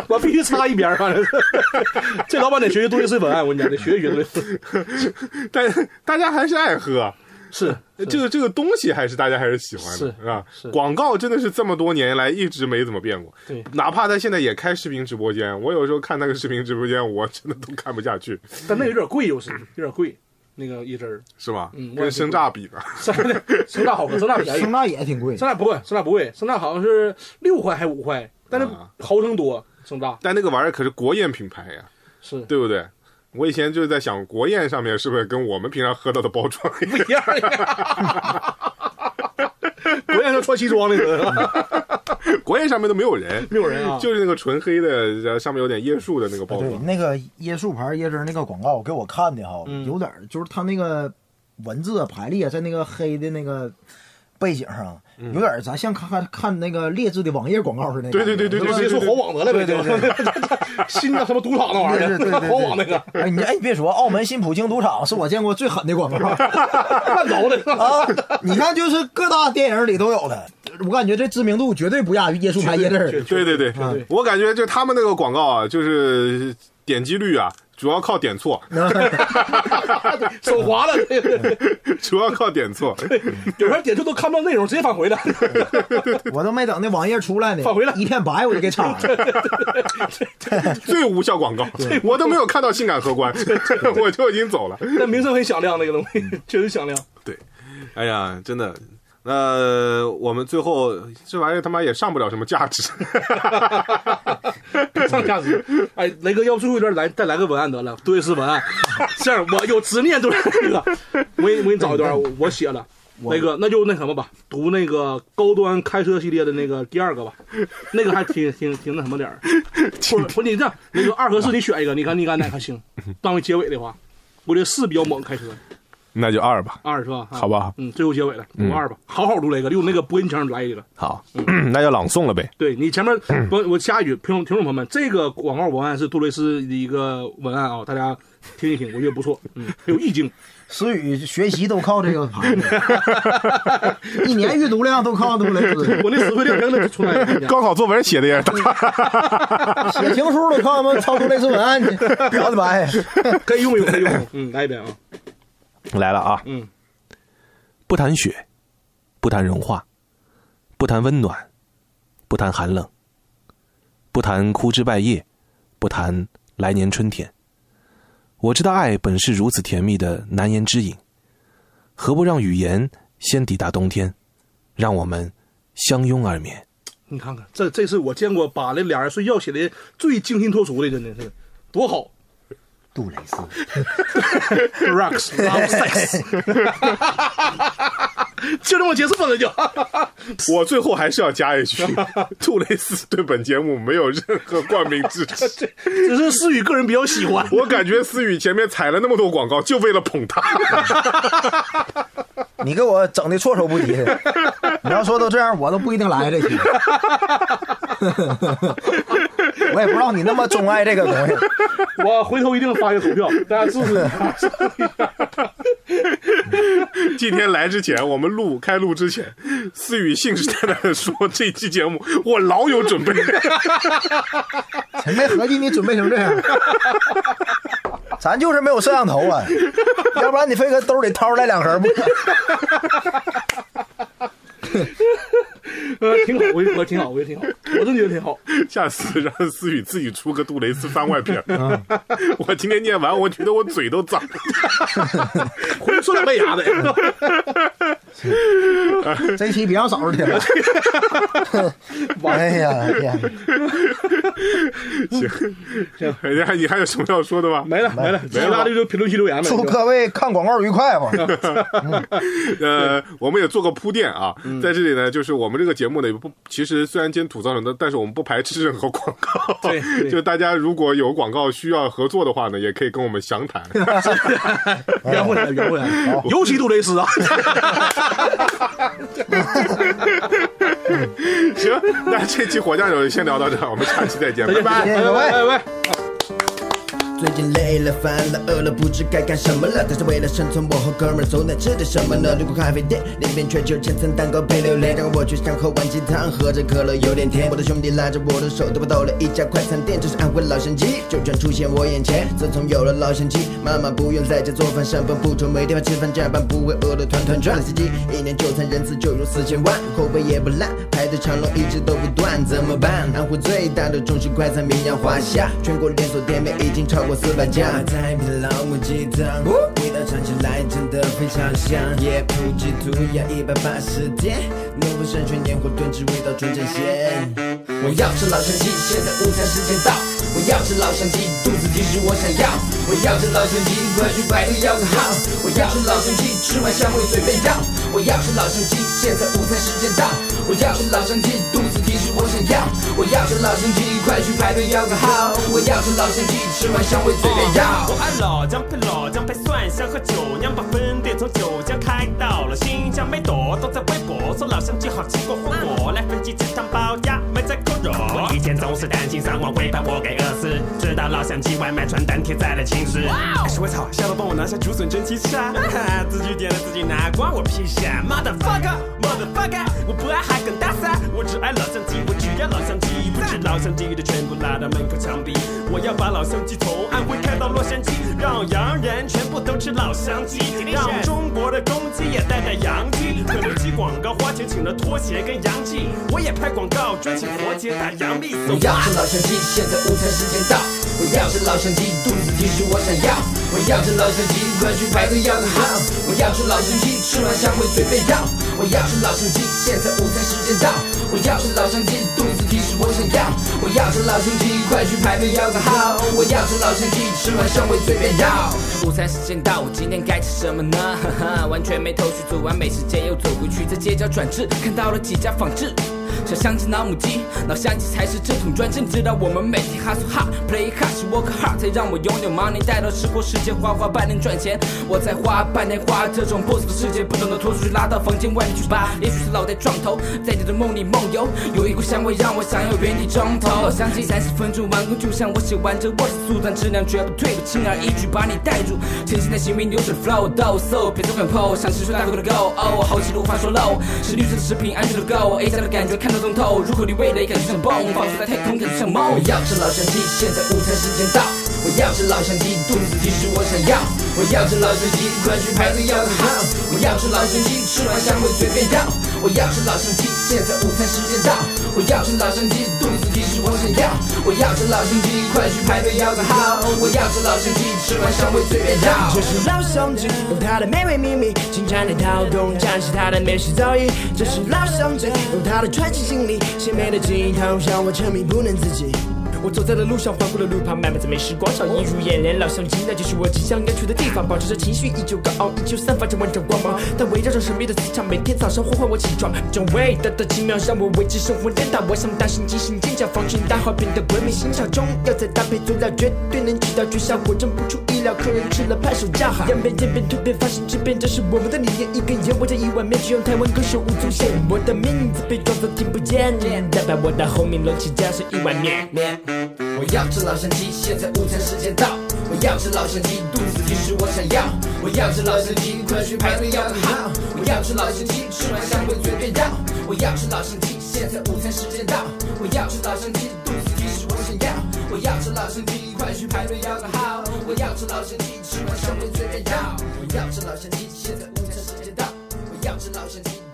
Speaker 3: 我必须插一边儿，反正是 这老板得学学多维斯文案，啊我跟你讲，得学学多维斯。
Speaker 2: 但是大家还是爱喝，
Speaker 3: 是
Speaker 2: 呃这个这个东西还是大家还是喜欢的，
Speaker 3: 是
Speaker 2: 吧？
Speaker 3: 是
Speaker 2: 广告真的是这么多年来一直没怎么变过，
Speaker 3: 对
Speaker 2: 哪怕他现在也开视频直播间，我有时候看那个视频直播间，我真的都看不下去，
Speaker 3: 但那个有点贵，又是有点贵，那个一支儿，
Speaker 2: 是吧？
Speaker 3: 嗯
Speaker 2: 跟
Speaker 3: 我也觉得
Speaker 2: 生榨比呢，
Speaker 3: 生生大好喝，生大便宜
Speaker 1: 生，大也挺贵，
Speaker 3: 生大不贵，生大不贵，生大好像是六块还五块，但是
Speaker 2: 啊
Speaker 3: 毫升多，生大
Speaker 2: 但那个玩意儿可是国宴品牌呀，
Speaker 3: 是
Speaker 2: 对不对？我以前就是在想，国宴上面是不是跟我们平常喝到的包装一 样？
Speaker 3: 一样国宴上穿西装那个，
Speaker 2: 国宴上面都没有人，
Speaker 3: 没有啊人啊，
Speaker 2: 就是那个纯黑的，然后上面有点椰树的那个包
Speaker 1: 哎对
Speaker 2: 装，
Speaker 1: 那个椰树牌椰汁那个广告给我看的哈，有点儿就是他那个文字排列在那个黑的那个背景上，有点儿咱像看看看那个劣质的网页广告似的那感觉。
Speaker 2: 对对对对
Speaker 3: 直接说黄网得了呗，
Speaker 1: 对对
Speaker 3: 就 新的什么赌场那玩意
Speaker 1: 对对对
Speaker 3: 儿，
Speaker 1: 对
Speaker 3: 黄网那个
Speaker 1: 哎，你哎，你别说，澳门新葡京赌场是我见过最狠的广 告
Speaker 3: 乱糟的
Speaker 1: 啊！你看，就是各大电影里都有的，我感觉这知名度绝对不亚于椰树牌椰汁
Speaker 3: 确
Speaker 1: 儿。
Speaker 2: 对对对，
Speaker 3: 啊
Speaker 2: 我感觉就他们那个广告啊，就是点击率啊，主要靠点错，
Speaker 3: 手滑了， 对对对
Speaker 2: 主要靠点错。
Speaker 3: 有人点错都看不到内容，直接返回了。
Speaker 1: 我都没等那网页出来呢，
Speaker 3: 返回来
Speaker 1: 一片白我就给插了。
Speaker 2: 最无效广告，我都没有看到性感荷官， 我就已经走了。
Speaker 3: 但名声很响亮，那个东西确实响亮。
Speaker 2: 对，哎呀，真的。呃，我们最后这玩意儿他妈也上不了什么价值，
Speaker 3: 上价值。哎，雷哥，要不最后一段来再来个文案得了，杜蕾斯文案。 这样我有执念，杜蕾斯哥，我给你我给你找一段，我我写了。雷哥，那就那什么吧，读那个高端开车系列的那个第二个吧，那个还挺 挺挺那什么点儿。或者不，你这样，那个二和四你选一个，你看你看哪个 行？当为结尾的话，我觉得四比较猛，开车
Speaker 2: 那就二吧，
Speaker 3: 二是吧？
Speaker 2: 好吧
Speaker 3: 嗯，最后结尾了，读二吧，好好读雷哥，用那个播音腔来一个。
Speaker 2: 好，嗯那就朗诵了呗。
Speaker 3: 对你前 面不，我下一句，听众听众朋友们，这个广告文案是杜蕾斯的一个文案啊，大家听一听，我觉得不错，嗯，很有意 境。
Speaker 1: 思雨学习都靠这个牌 子，一年阅读量都靠杜蕾 斯，
Speaker 3: 我那词汇量真的出来了，
Speaker 2: 高考作文写的也是
Speaker 1: 写情书都靠他妈抄杜蕾斯文 案去表的白。
Speaker 3: 可以用一用，可以用一用。嗯，来一遍啊，
Speaker 2: 来了啊，
Speaker 3: 嗯，
Speaker 6: 不谈雪，不谈融化，不谈温暖，不谈寒冷，不谈枯枝败叶，不谈来年春天。我知道爱本是如此甜蜜的难言之隐，何不让语言先抵达冬天，让我们相拥而眠。
Speaker 3: 你看看，这这是我见过把那俩人睡觉写的最精心脱俗的，真的是多好。
Speaker 1: 杜蕾斯，
Speaker 3: Rocks, love, sex，就这么结束了就。
Speaker 2: 我最后还是要加一句，杜蕾斯对本节目没有任何冠名支持。
Speaker 3: 只是思雨个人比较喜欢，
Speaker 2: 我感觉思雨前面踩了那么多广告，就为了捧他。
Speaker 1: 你给我整的措手不及的。你要说都这样，我都不一定来这期。 我也不知道你那么钟爱这个东西，
Speaker 3: 我回头一定发一个投 票，大家支持一下。
Speaker 2: 今天来之前，我们录开录之前， 思雨信誓旦旦的说这期节目我老有准备，
Speaker 1: 没合计你准备成这样。咱就是没有摄像头啊，要不然你非搁兜里掏出来两盒不可？
Speaker 3: 呃，挺好，我觉得挺好，我觉得挺好，我真觉得挺好。
Speaker 2: 下次让思雨自己出个杜蕾斯番外篇。 我今天念完，我觉得我嘴都脏了。
Speaker 3: 回去说两白牙的。
Speaker 1: 这期别让嫂子听了。 哎呀天哪！
Speaker 2: 行行，人哎家你还有什么要说的吗？
Speaker 3: 没了没了，其他的就评论区留言呗。
Speaker 1: 祝各位看广告愉快吧。
Speaker 2: 呃，我们也做个铺垫啊，在这里呢，就是我们这个节目呢，也不其实虽然今天吐槽很多，但是我们不排斥任何广告。
Speaker 3: 对 对
Speaker 2: 就大家如果有广告需要合作的话呢，也可以跟我们详谈。
Speaker 3: 圆回来了，圆回来 了，尤其杜蕾斯啊。
Speaker 2: 行，那这期火酱友先聊到这儿，我们下期再见，拜拜。
Speaker 1: 谢谢各位。
Speaker 3: 拜拜。
Speaker 7: 最近累了、烦了、饿了，不知该干什么了。但是为了生存，我和哥们儿走哪吃点什么呢？路过咖啡店，里面全是千层蛋糕配榴莲，然后我却想喝碗鸡汤，喝着可乐有点甜。我的兄弟拉着我的手，带我到了一家快餐店，这是安徽老乡鸡，就这样出现我眼前。自从有了老乡鸡，妈妈不用在家做饭，上班不愁没地方吃饭，加班不会饿得团团转。老乡鸡一年就餐人次就有四千万，口碑也不烂，排队长龙一直都不断，怎么办？安徽最大的中式快餐名扬华夏，全国连锁店面已经超过四百家。再一瓶老母鸡汤，味道尝起来真的非常香。也不及涂鸦一百八十天，浓不山泉烟火炖至味道纯正鲜。我要吃老乡鸡，现在午餐时间到。我要吃老乡鸡，肚子提示我想要。我要吃老乡鸡，快去百度要个号。我要吃老乡鸡，吃完香味嘴被绕。我要吃老乡鸡，现在午餐时间到。我要吃老乡鸡，肚子提示我想要。我要吃老乡鸡，快去排队要个号。我要吃老乡鸡，吃完香味嘴被绕
Speaker 8: 我。爱老姜配老姜配蒜香和酒酿，把分店从九江开到了新疆。梅朵都在微博说老乡鸡好吃过火锅，来份鸡翅汤包鸭梅菜扣肉。我以前总是担心上网会把我给饿死，直到老乡鸡外卖传单贴在了寝室。还是我操，下楼帮我拿下竹笋蒸鸡翅啊！哈，自己点了自己拿，关我屁事啊！Motherfucker，motherfucker，我不爱哈根达斯，我只爱老乡鸡，我只要老乡鸡，不吃老乡鸡的全部拉到门口墙壁。我要把老乡鸡从安徽开到洛杉矶，让洋人全部都吃老乡鸡，让中国的公鸡也带带洋鸡。肯德基广告花钱请了拖鞋跟洋气，我也拍广告专请活结打洋蜜。
Speaker 7: 我要吃老乡鸡，现在午餐时间到。我要吃老乡鸡，肚子提示我想要。我要吃老乡鸡，快去排队要个号。我要吃老乡鸡，吃完香味嘴被绕。我要吃老乡鸡，现在午餐时间到。我要吃老乡鸡，肚子提示我想要。我要吃老乡鸡，快去排队要个号。我要吃老乡鸡，吃完香味嘴被绕。午餐时间到，我今天该吃什么呢？哈哈，完全没头绪，走完美食街又走回去，在街角转至看到了几家仿制。小香鸡、老母鸡，老乡鸡才是正统专精。直到我们每天哈苏哈 play hard work hard，才让我拥有 money，带到时过世界花花半年赚钱，我才花半年花。这种 boss 的世界，不懂得拖出去，拉到房间外面去吧。也许是脑袋撞头，在你的梦里梦游，有一股香味让我想要原地中头。老乡鸡三十分钟完工，就像我写完这 word 速，但质量绝不退步，轻而易举把你带入。前进的行为扭转 flow do so，别总敢 po，想吃就大口的 go，哦，好奇的无法说漏，是绿色的食品，安全的 go，A 加的感觉看得通透，如果你味蕾感觉像蹦，放出在太空感觉像梦。我要吃老乡鸡，现在午餐时间到。我要吃老乡鸡，肚子提示我想要。我要吃老乡鸡，快去排队要个号。我要吃老乡鸡，吃完香味随便要。我要吃老乡鸡，现在午餐时间到。我要吃老乡鸡，肚子提示我想要。我要吃老乡鸡，快去排队要个号。我要吃老乡鸡，吃完香味随便要。
Speaker 8: 这是老乡鸡，有它的美味秘密，精湛的刀工展示它的美食造诣。这是老乡鸡，有它的传奇经历，鲜美的鸡汤让我沉迷不能自禁。我走在了路上，环顾了路旁，漫步在美食广场，映入眼帘老乡鸡，那就是我即将要去的地方。保持着情绪依旧高傲，依旧散发着万丈光芒。它围绕着神秘的磁场，每天早上呼唤我起床。这种味道的奇妙，让我为之神魂颠倒。我想大声进行尖叫，防止大号变得鬼迷心窍。中药再搭配佐料，绝对能起到绝效果。真不出意料，客人吃了拍手叫好。演变演变蜕变发生质变，这是我们的理念。一根烟，我这一碗面，只用台湾歌手吴宗宪。我的名字被装作听不见，代表我的后面摞起加上一碗面。
Speaker 7: 我要吃老乡鸡，现在午餐时间到。我要吃老乡鸡，肚子提示我想要。我要吃老乡鸡，快去排队要个号。我要吃老乡鸡，吃完香味嘴边绕。我要吃老乡鸡，现在午餐时间到。我要吃老乡鸡，肚子提示我想要。我要吃老乡鸡，快去排队摇个号。我要吃老乡鸡，吃完香味随便要。我要吃老乡鸡，现在午餐时间到。我要吃老乡鸡。